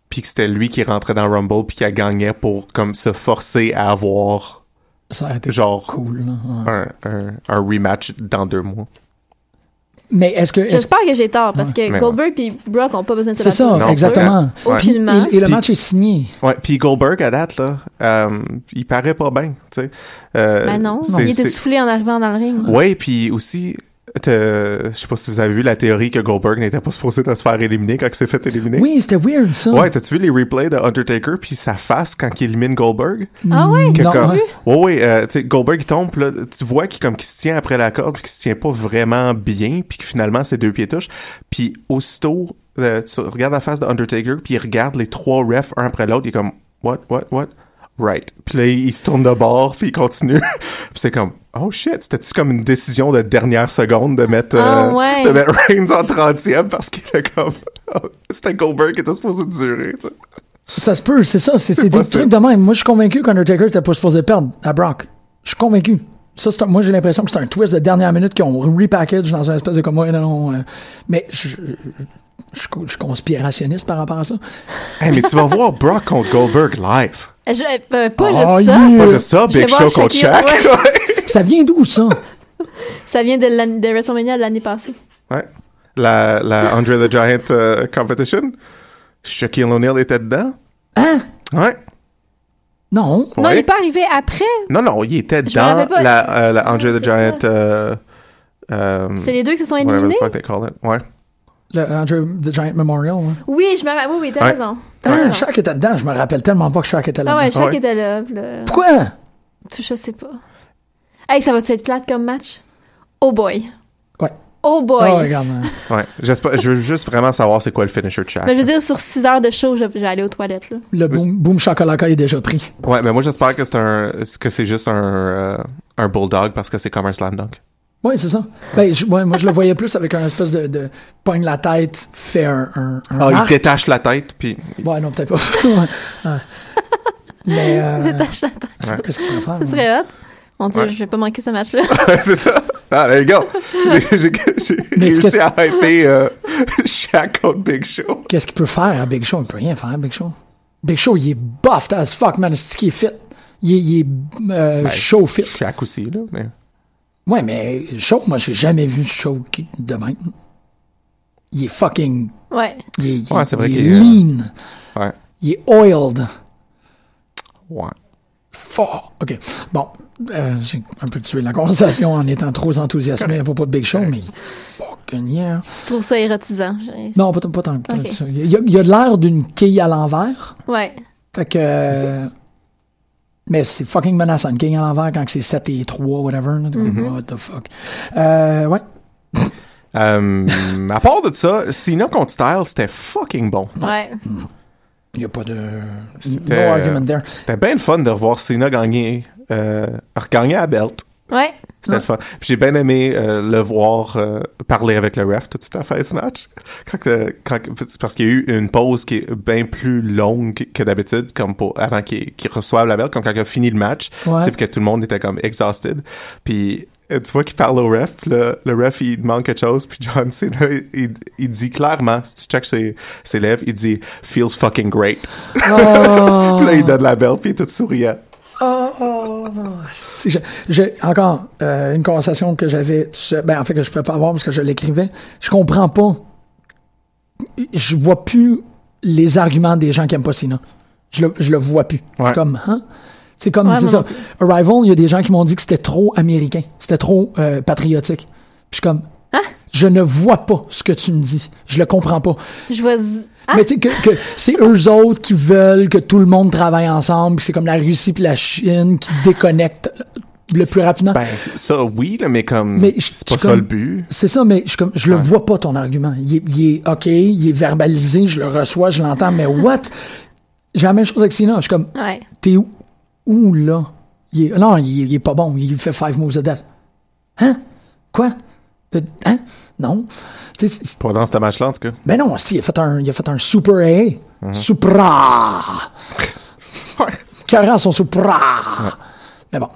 puis que c'était lui qui rentrait dans Rumble, puis qu'elle gagnait pour comme se forcer à avoir Ça aurait été Genre. cool. là, ouais. un, un, un rematch dans deux mois. Mais est-ce que... est-ce- J'espère que j'ai tort, parce que Mais Goldberg et Brock ont pas besoin de se C'est battre ça, pour la Non, ceinture. exactement. Ouais. euh, Puis- Aucunement. Et, et le Puis- match est signé. Ouais, puis Goldberg à date là, euh, il paraît pas bien, tu sais. Euh, Ben non, c'est- il était c'est- soufflé en arrivant dans le ring. Ouais, puis aussi, t'as- je sais pas si vous avez vu la théorie que Goldberg n'était pas supposé de se faire éliminer quand il s'est fait éliminer. Oui, c'était weird, ça. Ouais, t'as-tu vu les replays de Undertaker puis sa face quand il élimine Goldberg? Ah ouais? Que Non. comme- Oui. ouais, ouais, euh, tu sais, Goldberg il tombe, puis là, tu vois qu'il comme qu'il se tient après la corde, puis qu'il se tient pas vraiment bien, puis que finalement ses deux pieds touchent. Puis aussitôt, euh, tu regardes la face de Undertaker, puis il regarde les trois refs un après l'autre, il est comme what, what, what, right. Puis là, il se tourne de bord, puis il continue. <laughs> puis c'est comme oh shit, c'était-tu comme une décision de dernière seconde de mettre, euh, Ah ouais. de mettre Reigns en 30e parce qu'il est comme <laughs> c'était Goldberg qui était supposé durer, tu sais. Ça se peut, c'est ça. C'est C'est c'est des possible. trucs de même. Moi, je suis convaincu qu'Undertaker était pas supposé perdre à Brock. Je suis convaincu. Ça, c'est un- moi, j'ai l'impression que c'est un twist de dernière minute qu'ils ont repackage dans un espèce de comme... ouais, non, non, euh, mais je, je, je- je suis conspirationniste par rapport à ça. Hey, mais tu vas voir Brock contre Goldberg live. Je, euh, pas Oh, juste ça. yeah. Pas juste ça, Je vais Big voir Show contre Shaquille- Shaq. ouais. Ça vient d'où, ça? Ça vient de, l'année- de WrestleMania de l'année passée. <laughs> Ouais. La, la Andre the Giant euh, Competition. Shaquille O'Neal était dedans. Hein? Ouais. Non. Non, il Ouais. est pas arrivé après. Non, non, il était Je me dans rappelle pas. la, euh, la Andre Ouais, the c'est ça. Giant. euh, euh, C'est les deux qui se sont whatever the éliminés. fuck they call it. Ouais. Le euh, Andrew the Giant Memorial. hein. Oui, je me Oui, oui, t'as Ouais. raison. T'as Ah, raison. Shaq était dedans. Je me rappelle tellement pas que Shaq était Ah là-dedans. ouais, Shaq ouais. était là. puis là- Pourquoi? Je sais pas. Hey, ça va-tu être plate comme match? Oh boy. Ouais. Oh boy. Ah, regarde. hein. Ouais. J'espère, je veux juste vraiment savoir c'est quoi le finisher de Shaq. Mais Ben, je veux dire, sur 6 heures de show, je, je vais aller aux toilettes. Là. Le boom, boom shakalaka est déjà pris. Ouais, mais moi j'espère que c'est un, que c'est juste un, euh, un bulldog parce que c'est comme un slam dunk. Oui, c'est ça. Ben, je- ouais, moi, je le voyais plus avec un espèce de, de poigne la tête, fait un. un, un Ah, il arc. détache la tête puis. Ouais, non, peut-être pas. <laughs> Ouais. Ouais. Mais. <laughs> euh, Détache la tête. Qu'est-ce qu'on va faire? Ce serait hot. Mon dieu, Mm. Ouais. je vais pas manquer ce match-là. c'est ça. Ah, there you go. J'ai, j'ai- j'ai Mais tu réussi à <laughs> hyper euh, Shaq contre Big Show. Qu'est-ce qu'il peut faire à Big Show? Il peut rien faire à Big Show. Big Show, il est buffed as fuck, man. C'est qui est fit. Il est, il est, euh, Ben, show fit. Shaq aussi, là. Mais... Ouais, mais Show, moi, j'ai jamais vu Show qui- de même. Il est fucking. <laughs> Ouais. Il est, il- Ouais, c'est vrai il qu'il est est, euh, lean. Ouais. Il est oiled. Ouais. Fort. OK. Bon. euh, j'ai un peu tué la conversation en étant trop enthousiasmé à propos de Big Show, mais. Fucking yeah. Tu trouves ça érotisant? j'ai- Non, pas, tant- pas tant que Ok. ça. Il y a, il y a de l'air d'une quille à l'envers. Ouais. Fait que. euh, Mais c'est fucking menaçant, une quille à l'envers quand c'est 7 et 3, whatever. là, t'es comme, Mhm. What the fuck. Euh, ouais. Euh, à part de ça, Cena contre Styles, c'était fucking bon. Ouais. Il n'y a pas de. No C'était- argument there. C'était bien le fun de revoir Cena gagner, euh, regagner à belt. Ouais. C'était le fun. Puis J'ai bien aimé euh, le voir euh, parler avec le ref tout de suite à la fin du match. Quand le- quand- parce qu'il y a eu une pause qui est bien plus longue que d'habitude, comme pour avant qu'il qu'il reçoive la belle, comme quand il a fini le match, Ouais. tu sais, puis que tout le monde était comme exhausted. Puis euh, tu vois qu'il parle au ref, puis le, le ref il demande quelque chose, puis John <laughs> Cena il, il- il dit clairement, si tu checkes ses, ses lèvres, il dit feels fucking great. Oh. <laughs> puis là il donne la belle, puis il est tout souriant. Oh, oh, oh. Si je- J'ai encore euh, une conversation que j'avais, ce- ben en fait que je ne pouvais pas avoir parce que je l'écrivais. Je comprends pas. Je vois plus les arguments des gens qui aiment pas Cena. Je le, je le vois plus. Je suis Comme, hein? C'est comme, Ouais, c'est moi ça. non Arrival, il y a des gens qui m'ont dit que c'était trop américain, c'était trop euh, patriotique. Puis je suis comme, Hein? je ne vois pas ce que tu me dis. Je le comprends pas. Je vois. z- Ah! Mais tu sais, que, que c'est eux autres qui veulent que tout le monde travaille ensemble, puis c'est comme la Russie puis la Chine qui déconnectent euh, le plus rapidement. Ben, ça, oui, là, mais comme, Mais je- c'est pas je ça comme- le but. C'est ça, mais je, suis comme, je le vois pas ton argument. Il est, il est OK, il est verbalisé, je le reçois, je l'entends, mais what? J'ai la même chose avec Sina. Je suis comme, Ouais. t'es où, où là? Il est- non, il, est- il est pas bon, il fait five moves de death. Hein? Quoi? T'as- Hein? Non. Tu sais, c'est- Pas dans ce match-là, en tout cas. ben non, si, il a fait un, il a fait un super A. Supra! Carrément, son Supra! Mais bon.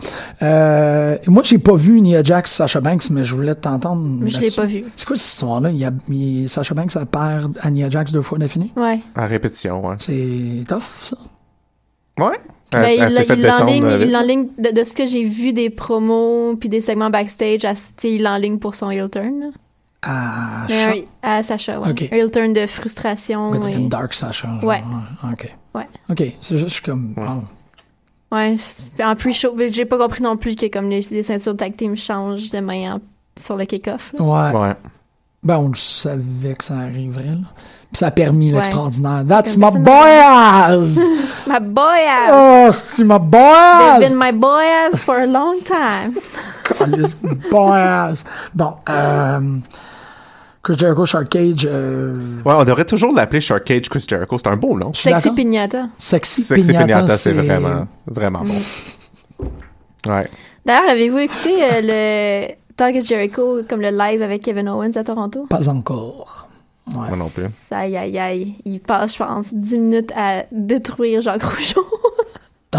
Euh, moi, j'ai pas vu Nia Jax, Sasha Banks, mais je voulais t'entendre. Mais je l'ai là-dessus. pas vu. C'est quoi cette histoire-là? Il y a, il- Sasha Banks, elle perd à Nia Jax deux fois défini? Ouais. À répétition, ouais. C'est tough, ça. Ouais. Ben, Elle- elle Ah, s'est il fait il l'enligne, descendre. euh, il vite. l'enligne de, de ce que j'ai vu des promos puis des segments backstage, à, tu sais, il l'enligne pour son heel turn. Ah, Mais Sha- un- à Sacha, ouais. Ok. Un heel turn de frustration. Ouais, une et- Dark Sasha. genre, Ouais. OK. Ouais. OK, c'est juste je suis comme... wow. Ouais, c'est- en plus chaud, j'ai pas compris non plus que comme les, les ceintures tag team changent de main en- sur le kick-off. là. Ouais. Ben, on le savait que ça arriverait, là. Puis ça a permis Ouais. l'extraordinaire. That's Comme personne my boyaz! my boy ass! oh, c'est my They've boyaz! been my boy ass for a long time. Calice boyaz! Bon, euh... Chris Jericho, Shark Cage, euh, Ouais, on devrait toujours l'appeler Shark Cage Chris Jericho. C'est un beau nom. Sexy pignata. Sexy, Sexy Pignata, Pignata, c'est vraiment, vraiment bon. Ouais. D'ailleurs, avez-vous écouté euh, le Talk is Jericho comme le live avec Kevin Owens à Toronto? Pas encore. Ouais. Moi non plus. Aïe, aïe, aïe. Il passe, je pense, 10 minutes à détruire Jacques Rougeau. <laughs>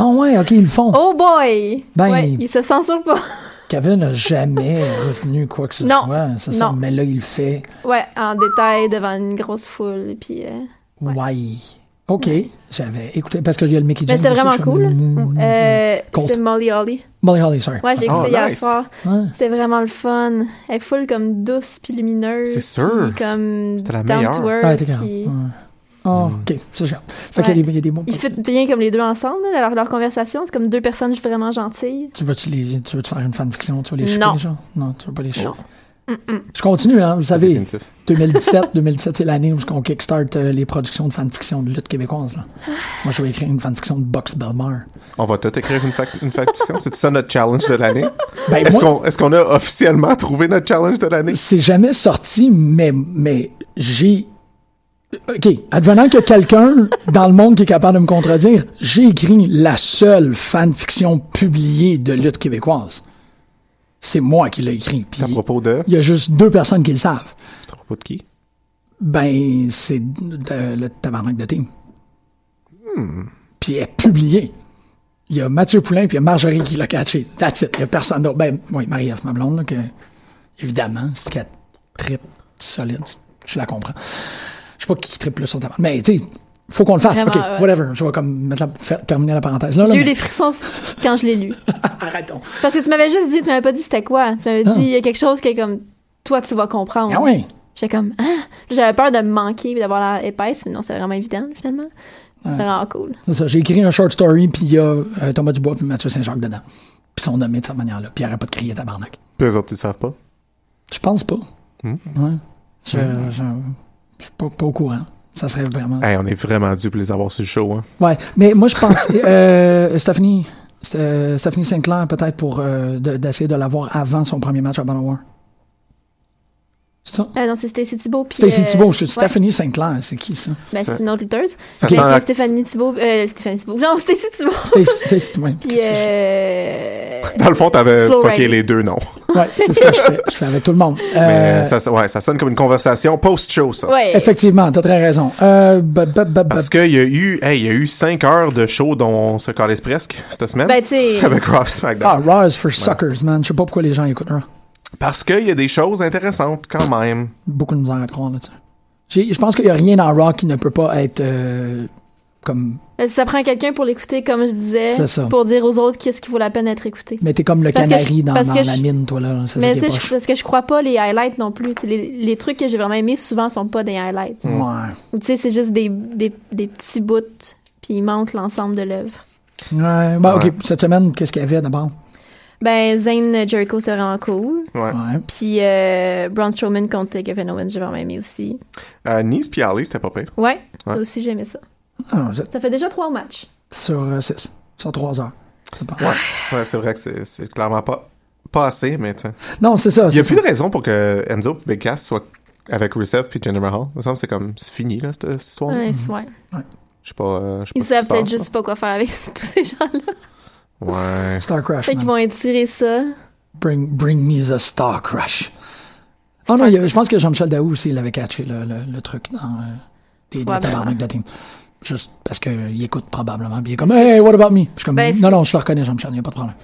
Ah ouais, OK, ils le font. Oh boy! Ben, ouais, il- il se censure pas. <laughs> Kevin n'a jamais retenu quoi que ce Non. soit. c'est ça, Non. mais là, il le fait. Ouais, en détail devant une grosse foule. Puis, euh, Ouais. OK, j'avais écouté, parce qu'il y a le Mickey Mais ben, James. c'est aussi, vraiment je- cool. Euh, Colt. c'est Molly Holly. Molly Holly, sorry. Ouais, j'ai écouté Oh, hier nice. soir. Ouais. C'était vraiment le fun. Elle est full comme douce puis lumineuse. C'est sûr. puis comme C'était la down meilleure. to Ouais, earth. t'es Ah, carré. puis- Ah, OK, ça, j'ai hâte. Fait qu'il y a Ouais. des- il y a des bons Ils fit bien comme les deux ensemble. là, leur, leur conversation, c'est comme deux personnes vraiment gentilles. Tu veux-tu les, tu veux te faire une fanfiction? Tu veux les choper, Non. genre? Non, tu veux pas les choper. Non. Mm-mm. Je continue, hein, vous savez. <laughs> 2017, 2017, c'est l'année où on kickstart euh, les productions de fanfiction de lutte québécoise. là. Moi, je vais écrire une fanfiction de Box Belmar. On va tout écrire une, fac- une faction. C'est ça notre challenge de <laughs> l'année? Ben, Est-ce moi- qu'on est-ce qu'on a officiellement trouvé notre challenge de l'année? C'est jamais sorti, mais, mais j'ai. OK. Advenant que quelqu'un <laughs> dans le monde qui est capable de me contredire, j'ai écrit la seule fanfiction publiée de lutte québécoise. C'est moi qui l'ai écrit. Puis À propos de... il y a juste deux personnes qui le savent. À propos de qui? Ben, c'est de- le tabarnak de team. Hmm. Puis elle est publiée. Il y a Mathieu Poulain puis il y a Marjorie qui l'a catché. That's it. Il y a personne d'autre. Ben, oui, Marie-Ève, ma blonde, là, que, évidemment, c'est qu'elle tripe solide. Je la comprends. Je sais pas qui tripe le sur tabarnak. Mais, tu sais, faut qu'on le fasse. Vraiment, OK, ouais. whatever. Je vais comme mettre la- faire- terminer la parenthèse. Là, là, J'ai eu Ah mais- des frissons <laughs> quand je l'ai lu. <laughs> Arrêtons. Parce que tu m'avais juste dit, tu m'avais pas dit c'était quoi. Tu m'avais Ah. dit, il y a quelque chose que comme, toi, tu vas comprendre. Ah oui. J'étais comme, ah! J'avais peur de me manquer et d'avoir l'air épaisse, mais non, c'est vraiment évident, finalement. Ouais. Vraiment cool. C'est ça. J'ai écrit un short story, puis il y a euh, Thomas Dubois puis Mathieu Saint-Jacques dedans. Puis ils sont nommés de cette manière-là. Puis il arrête pas de crier tabarnak. Puis eux autres, ils savent pas. Je pense pas. Hmm. Ouais. Je, je- je suis pas, pas au courant. Ça serait vraiment. Hey, on est vraiment dû pour les avoir sur le show. Hein. Ouais. Mais moi, je pense. <laughs> euh, Stephanie, euh, Stephanie Sinclair, peut-être pour euh, de- d'essayer de, l'avoir avant son premier match à Battle War. C'est ça? Euh, non, c'est Stacy Thibault. puis, Stacy euh, Thibault, je te dis ouais. Stephanie Sinclair, c'est qui ça? Ben, c'est une autre lutteuse. Ça Mais sent la- c'est Stéphanie Thibault. Euh, Stéphanie Thibault. Non, <laughs> Stacy Thibault. Stacy- Stacy- ouais. Puis, euh... Dans le fond, t'avais Flo fucké Riley. les deux noms. Ouais, c'est ce que je fais. Je fais avec tout le monde. Euh, <laughs> Mais ça, ouais, ça sonne comme une conversation post-show, euh, <laughs> ça. Effectivement, t'as très raison. Euh, ba- ba- ba- ba- Parce qu'il y a eu, hey, il y a eu 5 heures de show dont on se calisse presque cette semaine. Ben, tu <laughs> sais- Avec Raw SmackDown. <laughs> Ah, Raw is for suckers, man. Je sais pas pourquoi les gens écoutent Raw. Parce qu'il y a des choses intéressantes quand même. Beaucoup de misère à croire là-dessus. J'ai- Je pense qu'il y a rien dans Raw qui ne peut pas être euh, comme. euh, Ça prend quelqu'un pour l'écouter, comme je disais, C'est ça. pour dire aux autres qu'est-ce qui vaut la peine d'être écouté. Mais t'es comme le Parce que canari je- dans, parce dans que la je- mine, toi, là. C'est ça Mais qui tu est sais, je- poche. parce que je crois pas les highlights non plus. Les, les trucs que j'ai vraiment aimés souvent sont pas des highlights. Mm. Ouais. Ou tu sais, c'est juste des, des, des petits bouts, puis il manque l'ensemble de l'œuvre. Ouais. Bon, Ouais. OK. Cette semaine, qu'est-ce qu'il y avait d'abord? Ben, Zayn Jericho, c'est vraiment cool. Ouais. Puis euh, Braun Strowman contre Kevin Owens, j'ai vraiment aimé aussi. Euh, nice puis Ali, c'était pas pire. Ouais, Ouais. aussi j'ai aimé ça. Ah, vous êtes Ça fait déjà trois matchs. sur 6. Sur 3 heures. C'est pas- Ouais, c'est vrai que c'est- c'est clairement pas, pas assez, mais tiens. Non, c'est ça. Il y a c'est plus ça. de raison pour que Enzo et Big Cass soient avec Rusev puis Jinder Mahal. Il me semble que c'est comme, c'est fini, là, cette, cette histoire. Oh. Ouais, c'est- ouais. Je sais pas. euh, Ils je sais pas ce qui savent se peut-être passe, juste pas quoi faire avec <laughs> tous ces gens-là. là. Ouais. Star Crash. Fait qu'ils man. vont étirer ça. Bring, bring me the Star Crash. Oh non, il y a- je pense que Jean-Michel Daou aussi, il avait catché le, le- le truc dans euh, des, des Ouais, tabarnak de team. Juste parce qu'il écoute probablement. Puis il est comme, Parce que hey, what c'est- about me? Je suis comme, Ben, non, non, je te reconnais, Jean-Michel, il n'y a pas de problème.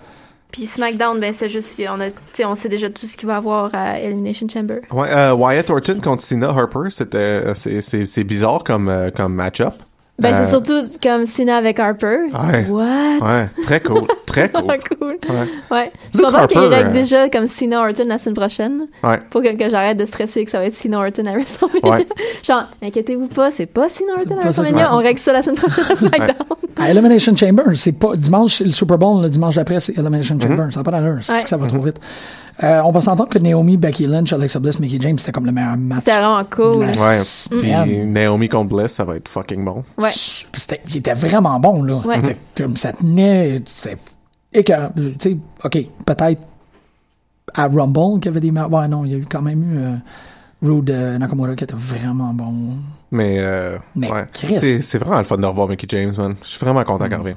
Puis SmackDown, ben c'est juste, on, a, tu sais, on sait déjà tout ce qu'il va y avoir à Elimination Chamber. Ouais, euh, Wyatt Orton contre Cena Harper, c'était, euh, c'est- c'est c'est bizarre comme, euh, comme match-up. Ben Euh, c'est surtout comme Cena avec Harper. Ouais. What? <laughs> Ouais, très cool. Très cool. Vraiment cool. Ouais. Ouais. Je Luke comprends qu'il Harper, règle euh, déjà comme Cena Orton la semaine prochaine. Ouais. Faut que, que j'arrête de stresser que ça va être Cena Orton à WrestleMania. Ouais. <laughs> Genre, inquiétez-vous pas, c'est pas Cena Orton à pas ça que- WrestleMania. Ouais. On règle ça la semaine prochaine à SmackDown. <laughs> À Elimination Chamber, c'est pas dimanche, c'est le Super Bowl, le dimanche d'après, c'est Elimination Chamber. Ça n'a pas d'allure, c'est Ouais. que ça va trop vite. Euh, on va s'entendre que Naomi, Becky Lynch, Alexa Bliss, Mickey James, c'était comme le meilleur match. C'était vraiment cool. Ouais. Ouais. Mm. Puis Naomi contre Bliss, ça va être fucking bon. Ouais. C'était- il était vraiment bon, là. Ouais. Fait que, comme ça tenait, c'est écœurant. Tu sais, OK, peut-être à Rumble qu'il y avait des... ma- Ouais, non, il y a eu quand même eu euh, Rude euh, Nakamura qui était vraiment bon. Mais, euh, Mais ouais. Christ. c'est c'est vraiment le fun de revoir Mickey James, man. Je suis vraiment content qu'elle revienne.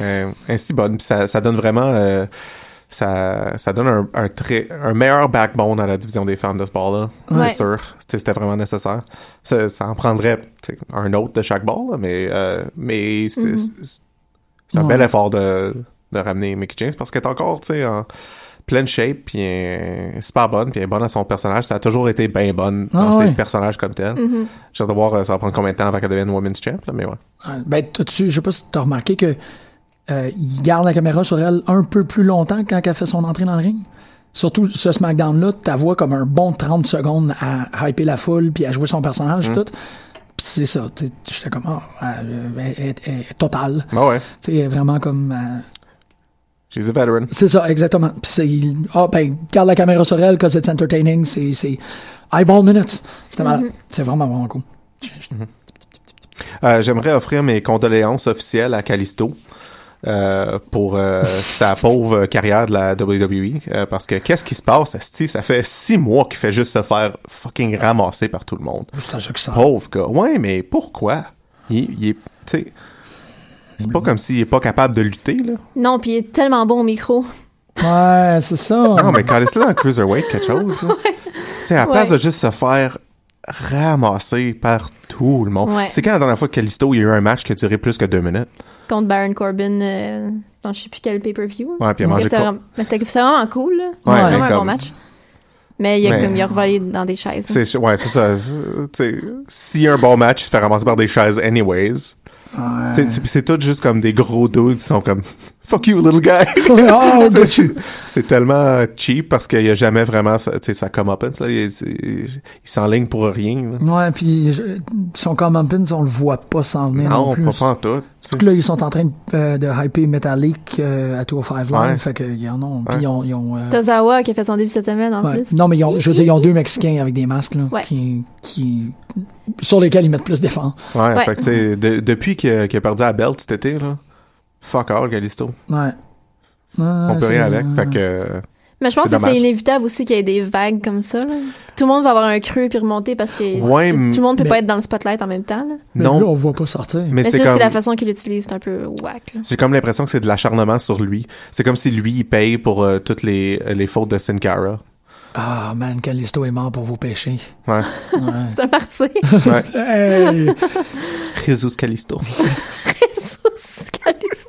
Euh, ainsi bonne. Puis ça, ça donne vraiment. euh, ça, ça donne un, un, très, un meilleur backbone à la division des femmes de ce bord-là. Ouais. C'est sûr. C'était- C'était vraiment nécessaire. Ça, ça en prendrait tu sais, un autre de chaque bord, là, mais, euh, mais c'est Mhm. c'est- c'est un Ouais. bel effort de, de ramener Mickey James parce qu'elle est encore tu sais, en pleine shape, puis elle est super bonne, puis elle est bonne à son personnage. Ça a toujours été bien bonne Ah dans ouais. ses personnages comme tel. Mhm. J'ai hâte de voir, euh, ça va prendre combien de temps avant qu'elle devienne Women's Champ, là, mais ouais. Ouais, Ben, t'as-tu, je sais pas si t'as remarqué que euh, il garde la caméra sur elle un peu plus longtemps quand elle fait son entrée dans le ring? Surtout ce SmackDown-là, t'as voix comme un bon 30 secondes à hyper la foule puis à jouer son personnage, Mm. tout. Puis c'est ça, tu sais, j'étais comme, ah, elle, elle- elle- elle est totale. Bah ouais, Tu sais, elle est vraiment comme. euh, she's a veteran. c'est ça, exactement. Puis c'est. il- Ah, ben, garde la caméra sur elle, cause it's entertaining. C'est. c'est Eyeball minutes. C'était malade. Mm-hmm. C'est vraiment, vraiment cool. Euh, J'aimerais offrir mes condoléances officielles à Callisto euh, pour <laughs> euh, sa pauvre carrière de la WWE, euh, parce que qu'est-ce qui se passe, asti? ça fait six mois qu'il fait juste se faire fucking ramasser par tout le monde. C'est un Ah. succès. Pauvre gars. Ouais, mais pourquoi? Il, il est, tu sais, c'est pas comme s'il est pas capable de lutter, là. Non, puis il est tellement bon au micro. Ouais, c'est ça. Non, mais quand est-ce là en cruiserweight, <laughs> quelque chose, là? Tu sais, à la place Oh. Ouais. de juste se faire ramasser par tout le monde. Ouais. C'est quand la dernière fois que Calisto, il y a eu un match qui a duré plus que deux minutes. Contre Baron Corbin euh, dans je sais plus quel pay-per-view. Ouais, puis il a mangé C'était quoi? vraiment- mais c'était c'était vraiment cool. là. Ouais, C'était vraiment mais un bon comme- match. Mais il a Mais- comme il a revolé dans des chaises. hein. C'est, ouais, c'est ça. C'est- tu sais, S'il y a un bon match, il se fait ramasser par des chaises anyways. Tu sais, C'est, c'est tout juste comme des gros dos qui sont comme « Fuck you, little <laughs> guy! Oh, Tu sais, c'est, c'est tellement cheap parce qu'il n'y a jamais vraiment ça, tu sais, ça come up. Il, il- il s'enligne pour rien. là. Ouais, puis je- son common pins, on le voit pas s'en venir non, Non, plus. pas, pas en tout. tu sais. Surtout que là, ils sont en train de, euh, de hyper Metallic euh, à 205 Live, Ouais. fait qu'ils en ont. Puis ils ont. ils ont, euh, Tozawa qui a fait son début cette semaine en ouais. plus. Non, mais ils ont, je veux dire, ils ont deux Mexicains avec des masques, là, Ouais. qui, qui, sur lesquels ils mettent plus d'efforts. Ouais, Ouais. fait que, tu sais, de- depuis qu'il a, qu'il a perdu à Belt cet été, là, fuck all, Galisto. Ouais. Ah, On peut rien avec. Fait que... Mais je pense C'est que c'est dommage. inévitable aussi qu'il y ait des vagues comme ça. là. Tout le monde va avoir un creux puis remonter parce que Ouais, tout le monde peut mais- pas être dans le spotlight en même temps. là. non. Non. Là, on voit pas sortir. Mais <laughs> Mais c'est c'est juste comme- que la façon qu'il l'utilise, c'est un peu whack. là. J'ai comme l'impression que c'est de l'acharnement sur lui. C'est comme si lui, il paye pour euh, toutes les, les fautes de Sin Cara. Ah, man, Callisto est mort pour vos péchés. <laughs> Ouais. Ouais. C'est un parti. ouais. Hey. Jesus Callisto. Jesus Christ.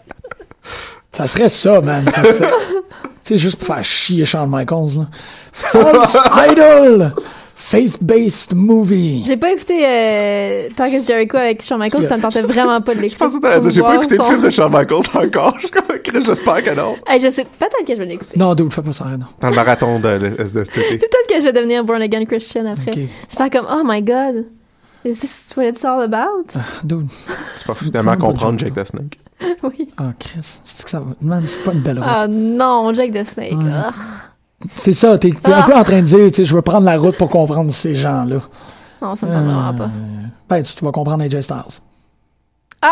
Ça serait ça, man. Ça serait- <laughs> C'est juste pour faire chier Shawn Michaels. Là. <laughs> False Idol! Faith-based movie. <laughs> J'ai pas écouté euh, Talk is Jericho avec Shawn Michaels, ça me tentait vraiment pas de l'écouter. Parce que t'as raison, pour J'ai pas voir écouté le son- film de Shawn Michaels encore. <laughs> Je suis comme, Chris, J'espère que non. Hey, je sais, peut-être que je vais l'écouter. Non, dude, fais pas ça, non. Dans le marathon de, de cet été. Peut-être que je vais devenir born again Christian après. Ok. Je vais faire comme, oh my god, is this what it's all about? Dude. Tu vas finalement comprendre Jake the Snake. oui. Ah, Chris. C'est que ça va- Man, c'est pas une belle route. Ah non, Jack the Snake. Ouais. ah. C'est ça, t'es t'es un peu en train de dire, tu sais, je veux prendre la route pour comprendre ces gens-là. Non, ça me tente vraiment pas. Ben, tu, tu vas comprendre AJ Styles. Ah,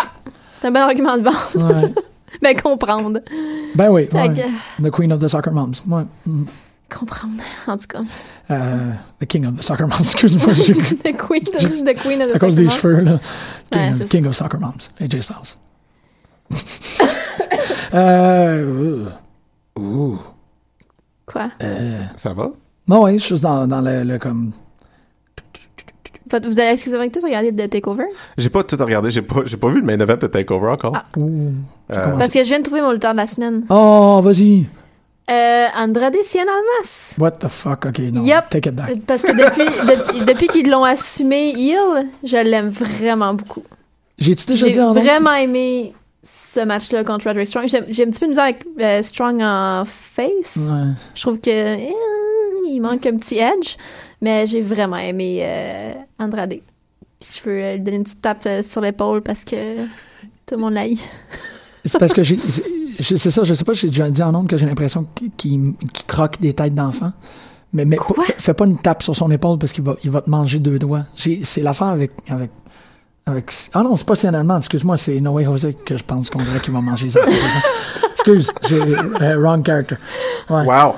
c'est un bon argument de vente. <laughs> Ouais. Ben, comprendre. ben oui. C'est ouais. The Queen of the Soccer Moms. Ouais. Mm. Comprendre, en tout cas. Euh, the King of the Soccer Moms, <laughs> excuse-moi. j'ai- C'est The Queen of the Queen of the à cause des Sacrament. cheveux, là. uh, King, Ouais, of, c'est ça. King of Soccer Moms, AJ Styles. euh, ouh. ouh. Quoi? Euh, Ça va? non, oui, je suis juste dans, dans le, le comme. Fait- Vous allez excusez-moi avec tout regarder le Takeover? Ah, J'ai pas tout regardé. J'ai pas, j'ai pas vu le main event de Takeover encore. Ah. ouh. Euh, Parce que je viens de trouver mon lutteur de la semaine. Oh, vas-y. Euh, Andrade Cien Almas. What the fuck, ok, non. Yep. Take it back. Parce que <laughs> depuis, depuis, depuis qu'ils l'ont assumé, il, je l'aime vraiment beaucoup. J'ai-tu déjà J'ai dit en nom? vraiment aimé ce match-là contre Roderick Strong. J'ai j'ai un petit peu de misère avec euh, Strong en face. Ouais. Je trouve que euh, il manque un petit edge, mais j'ai vraiment aimé euh, Andrade. Puis je veux euh, lui donner une petite tape euh, sur l'épaule parce que tout le monde l'a <laughs> eu. C'est parce que j'ai. j'ai- C'est ça, je sais pas, j'ai déjà dit en nombre que j'ai l'impression qu'il qu'il croque des têtes d'enfants. Mais, mais Quoi? fais- fais pas une tape sur son épaule parce qu'il va, il va te manger deux doigts. J'ai- C'est l'affaire avec, avec, avec. Ah non, c'est pas Sian Allemand, excuse-moi, c'est Noé Jose que je pense qu'on dirait qu'il va manger <laughs> ça. Excuse, j'ai. euh, wrong character. Ouais, Wow!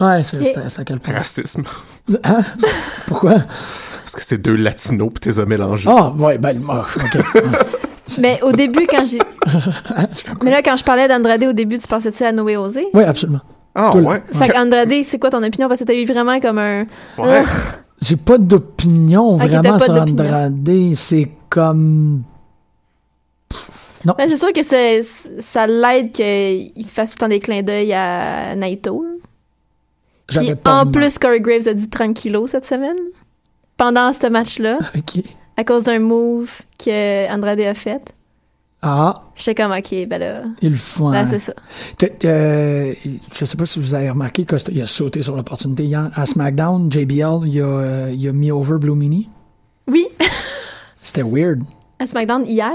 ouais c'est c'est- c'est à quel point. Racisme. Hein? Pourquoi? Parce que c'est deux latinos pis t'es mélangés. Ah, ouais, ben, ah, ok. Mais au début, quand j'ai. Mais là, quand je parlais d'Andrade au début, tu pensais-tu à Noé Osé? Oui, absolument. Ah tout le- ouais? Fait qu'Andrade, c'est quoi ton opinion? Parce que t'as eu vraiment comme un. Ah. Ouais. Ah. J'ai pas d'opinion Ok, t'as vraiment pas sur d'opinion. Andrade. C'est comme. Ben, c'est sûr que c'est- ça l'aide qu'il fasse tout le temps des clins d'œil à Naito. là. Puis J'avais pas en de- plus, Corey Graves a dit 30 kilos cette semaine. Pendant ce match-là, Ok. à cause d'un move que Andrade a fait. Ah, J'étais comme, ok, ben là, ils le font. là c'est ça. T'as- euh, je sais pas si vous avez remarqué qu'il a sauté sur l'opportunité. hier. À SmackDown, JBL, il a, euh, il a mis over Blue Mini. Oui, C'était weird. à SmackDown hier.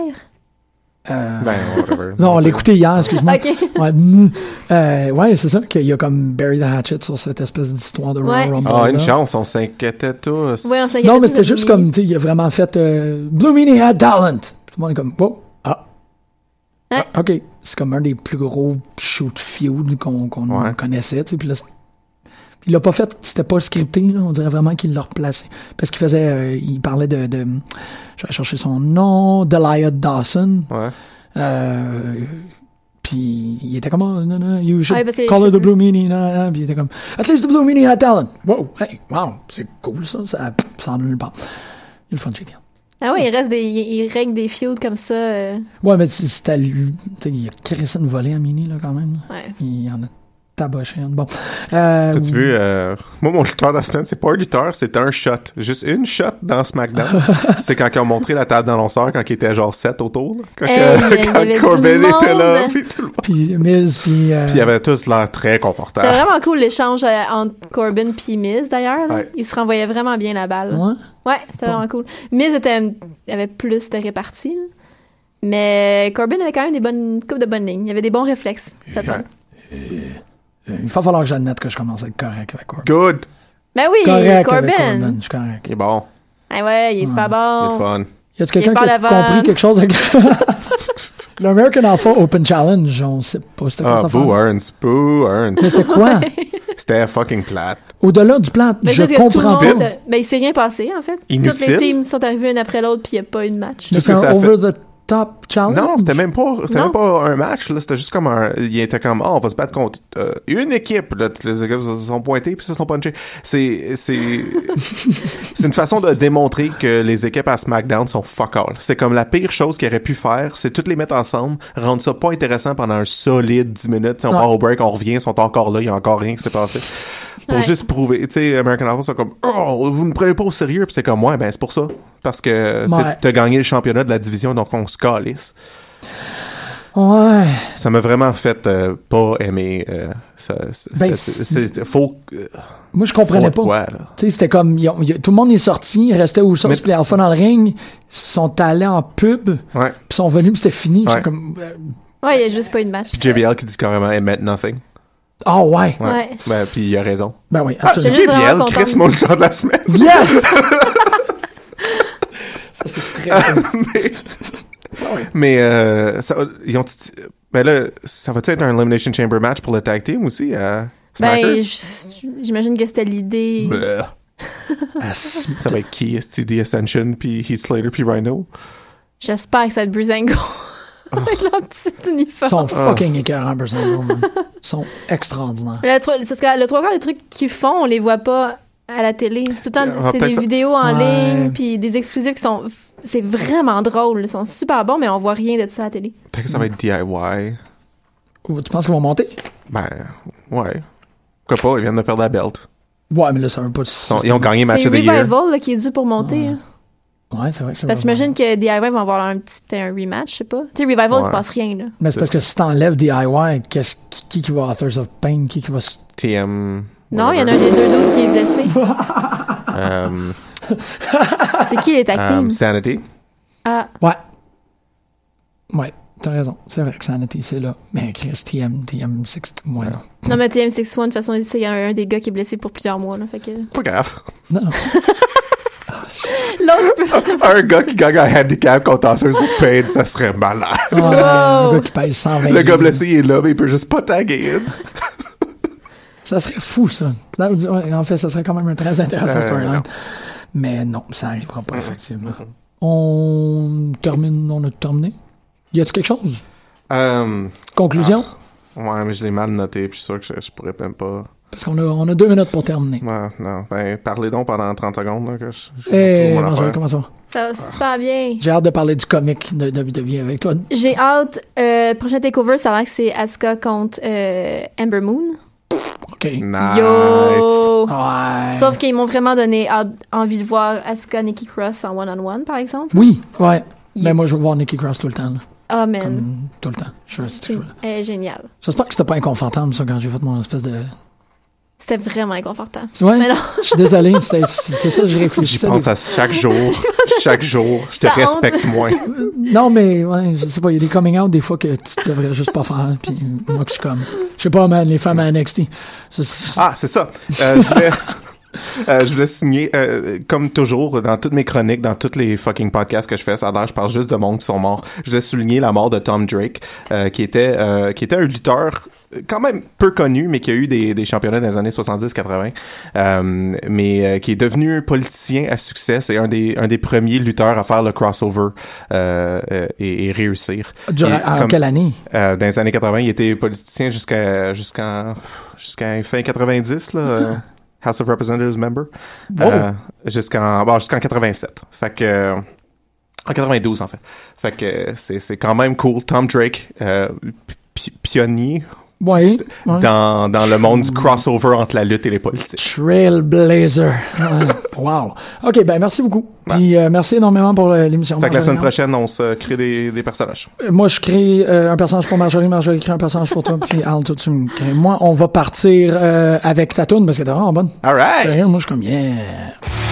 Euh, Ben, whatever. non, on l'écoutait hier, excuse-moi. Ok. <laughs> Ouais, mm, euh, ouais, c'est ça, qu'il a comme Barry the Hatchet sur cette espèce d'histoire de Royal Ouais. Rumble. Ah, une là. chance, on s'inquiétait tous. Ouais, on s'inquiétait Non, mais tous c'était de juste Blue comme, Mini. tu sais, il a vraiment fait euh, Blue Mini had talent. Tout le monde est comme, oh, ah. Ouais. Ah, ok, c'est comme un des plus gros shoot feud qu'on qu'on Ouais. connaissait, tu sais, puis là, c'est- il l'a pas fait, c'était pas scripté, là, on dirait vraiment qu'il l'a replacé. Parce qu'il faisait, euh, il parlait de, de, je vais chercher son nom, Delia Dawson, Ouais. euh, puis il était comme, oh, non, non, you should Ouais, parce que call les her the cheveux. Blue Meanie, non, non, puis il était comme, at least the Blue Meanie had talent. Wow, hey, wow, c'est cool ça, ça, ça en nulle part. Il est le fun, j'ai bien. Ah ouais, il reste des. Il, il règle des feuds comme ça. euh, Ouais, mais c'est- c'était lui, tu sais, il a crissé une volée à Mini, là, quand même. ouais. Il y en a Tabochine. Bon. Euh, T'as-tu vu, euh, moi, mon lutteur de la semaine, c'est pas un lutteur, c'est un shot. Juste une shot dans <laughs> SmackDown. c'est quand ils ont montré la table d'annonceurs, quand il était genre 7 autour. là. Quand, Hey, euh, il <laughs> y quand avait du Corbin monde. était là. Puis tout le monde. Puis Miz, puis... euh, Puis ils avaient tous l'air très confortables. C'était vraiment cool l'échange euh, entre Corbin puis Miz d'ailleurs. là. Ouais. Ils se renvoyaient vraiment bien la balle. Ouais. Ouais, c'était vraiment cool. Miz était, avait plus de répartie, là. mais Corbin avait quand même des bonnes une couple de bonnes lignes. Il avait des bons réflexes. Ça te- euh, il va falloir que j'admette que je commence à être correct avec Corbin. Good. Ben oui, correct avec Corbin. Corbin, je suis correct. Il est bon. Ah ouais, il est super bon. Oh. fun. Y a-tu quelqu'un Il se qui a parle avant. compris quelque chose avec <laughs> l'American Alpha Open Challenge? On sait pas. C'était quoi Ah, cette Boo affaire? Earns. Boo Earns. <laughs> Mais <laughs> c'était quoi? C'était fucking plate. Au-delà du plan, Mais je c'est parce que tout comprends le pas. monde, euh, Ben, il s'est rien passé, en fait. Toutes Inutile. les teams sont arrivées une après l'autre, puis il n'y a pas eu de match. Tout Mais ce c'est que ça un fait- over-the-top challenge? Non, c'était même pas, c'était Non. même pas un match, là. C'était juste comme un, il était comme, oh, on va se battre contre euh, une équipe, là. Tous Les équipes se sont pointées puis se sont punchées. C'est, c'est, c'est une façon de démontrer que les équipes à SmackDown sont fuck all. C'est comme la pire chose qu'ils auraient pu faire, c'est toutes les mettre ensemble, rendre ça pas intéressant pendant un solide 10 minutes. Tu sais, on Ouais. part au break, on revient, ils sont encore là, il y a encore rien qui s'est passé. Pour Ouais. juste prouver, tu sais, American Alpha sont comme, oh, vous ne prenez pas au sérieux, puis c'est comme, ouais, ben c'est pour ça. Parce que tu sais, Ouais. t'as gagné le championnat de la division, donc on se calisse Ouais. ça m'a vraiment fait euh, pas aimer euh, ça. ça- Ben, ça- c'est- c'est- faut. euh, Moi, je comprenais faut- pas. ouais, là. Tu sais, c'était comme, ils ont- ils- tout le monde est sorti, restait où ça, Mais- les Alpha dans le ring, ils sont allés en pub, puis Ouais. sont venus, puis c'était fini. Ouais. J'étais comme, euh, Ouais, il n'y a juste pas eu de match. Puis JBL qui dit carrément I meant nothing. ah ouais. Ouais. Ouais. Ben, puis il a raison. Ben oui, Ah, c'est absolument. juste JBL, vraiment Chris, content. mon lutteur de la semaine. <laughs> yes! ça, c'est <laughs> très bon. mais mais euh, ça, ils ont. Ben là, ça va-tu être un Elimination Chamber match pour le tag team aussi? Euh, Ben, Smackers? je- j'imagine que c'était l'idée. Bleh. Ah, c'est- Ça va être qui? STD Ascension, puis Heath Slater, puis Rhino? J'espère que ça va être Breezango. <laughs> Oh. Avec leur petit Ils uniforme. sont fucking écœurants, Brazil Roman. Ils sont extraordinaires. Mais la tro- c'est parce que le trois quarts des trucs qu'ils font, on les voit pas à la télé. C'est tout le On va temps c'est peut-être des ça- vidéos en Ouais. ligne, puis des exclusifs qui sont. C'est vraiment drôle. Ils sont super bons, mais on voit rien de ça à la télé. Peut-être que ça va être DIY. Ou Tu penses qu'ils vont monter? Ben, ouais. Pourquoi pas? Ils viennent de perdre la belt. Ouais, mais là, ça veut pas... Ils, sont- ils ont gagné Match C'est of the Year. Revival là, qui est dû pour monter. hein. là. Ouais, c'est vrai. que ça Parce que veut- j'imagine que DIY vont avoir un petit peut-être un rematch, je sais pas. Tu sais, Revival, il Ouais. se passe rien, là. Mais c'est parce que si t'enlèves DIY, qu'est-ce qui, qui qui va à Thirst of Pain, qui qui va s- TM. Non, il y en a un whatever. des deux autres qui est blessé. Um, C'est qui les tag teams? um, Sanity. Ah, Ouais. Ouais, t'as raison. C'est vrai que Sanity, c'est là. Mais Chris, TM, TM6, ouais, non. non, mais TM61, de toute façon, tu sais, il y a un des gars qui est blessé pour plusieurs mois, là. Fait que. Pas grave. <laughs> Non. <laughs> L'autre peut. un gars qui gagne un handicap contre Authors of Pain, ça serait malade. Ah, Wow. Le gars qui pèse Ben, 120 Le gars livres. blessé, il est là, mais il peut juste pas taguer. in. Ça serait fou, ça. Là, ouais, En fait, ça serait quand même un très intéressant Euh, storyline. non. Mm-hmm. Mais non, ça n'arrivera pas, effectivement. On termine, on a terminé. Y a-tu quelque chose? Um, Conclusion? ouais, mais je l'ai mal noté, puis je suis sûr que je, je pourrais même pas. Parce qu'on a, on a deux minutes pour terminer. Ouais, non. Ben, parlez donc pendant 30 secondes, là, que je, je Hey, retrouve mon Benjamin, affaire. Eh, comment ça va? Ça va super bien. J'ai hâte de parler du comique de WWE avec toi. J'ai hâte. Euh, prochain takeover, ça a l'air que c'est Asuka contre euh, Amber Moon. OK. Nice. Yo! Ouais. Sauf qu'ils m'ont vraiment donné hâte- envie de voir Asuka Nikki Cross en one-on-one, par exemple. Oui, ouais. Il- Mais moi, je veux voir Nikki Cross tout le temps. là. Oh man, Comme, tout le temps. Je veux- je c'est veux- eh, génial. J'espère que c'était pas inconfortable, ça, quand j'ai fait mon espèce de. C'était vraiment inconfortable. Ouais, Mais non. je suis désolé. c'était- C'est ça, je J'y réfléchissais. pense à <laughs> chaque jour. chaque jour. Je te Ça respecte moins. Non, mais ouais, je sais pas, il y a des coming out des fois que tu devrais juste pas faire. Puis moi, que je suis comme. Je sais pas, man, les femmes à NXT. Je- je- Ah, c'est ça. Euh, je voulais... <laughs> euh, je voulais signer, euh, comme toujours, dans toutes mes chroniques, dans tous les fucking podcasts que je fais, ça a l'air, je parle juste de monde qui sont morts. Je voulais souligner la mort de Tom Drake, euh, qui était euh, qui était un lutteur euh, quand même peu connu, mais qui a eu des, des championnats dans les années 70-80, euh, mais euh, qui est devenu politicien à succès. C'est un des un des premiers lutteurs à faire le crossover euh, euh, et, et réussir. durant- Et en comme- quelle année? euh, dans les années 80, il était politicien jusqu'à jusqu'en jusqu'à fin 90 là, euh, House of Representatives member Euh, jusqu'en bon, jusqu'en 87. Fait que euh, en 92 en fait. Fait que euh, c'est c'est quand même cool Tom Drake euh, pi- pionnier Ouais. ouais. dans, dans le monde du crossover entre la lutte et les politiques. Trailblazer. <laughs> Ouais. wow. OK, ben merci beaucoup. Puis euh, merci énormément pour euh, l'émission. Fait que la semaine Marjorie. prochaine, on se crée des, des personnages. Euh, Moi, je crée euh, un personnage pour Marjorie, Marjorie crée un personnage pour toi, puis Al, toi, tu me crées. Moi, on va partir euh, avec ta toune, parce que t'es vraiment bonne. All right. Sérieux, moi, je suis comme, yeah.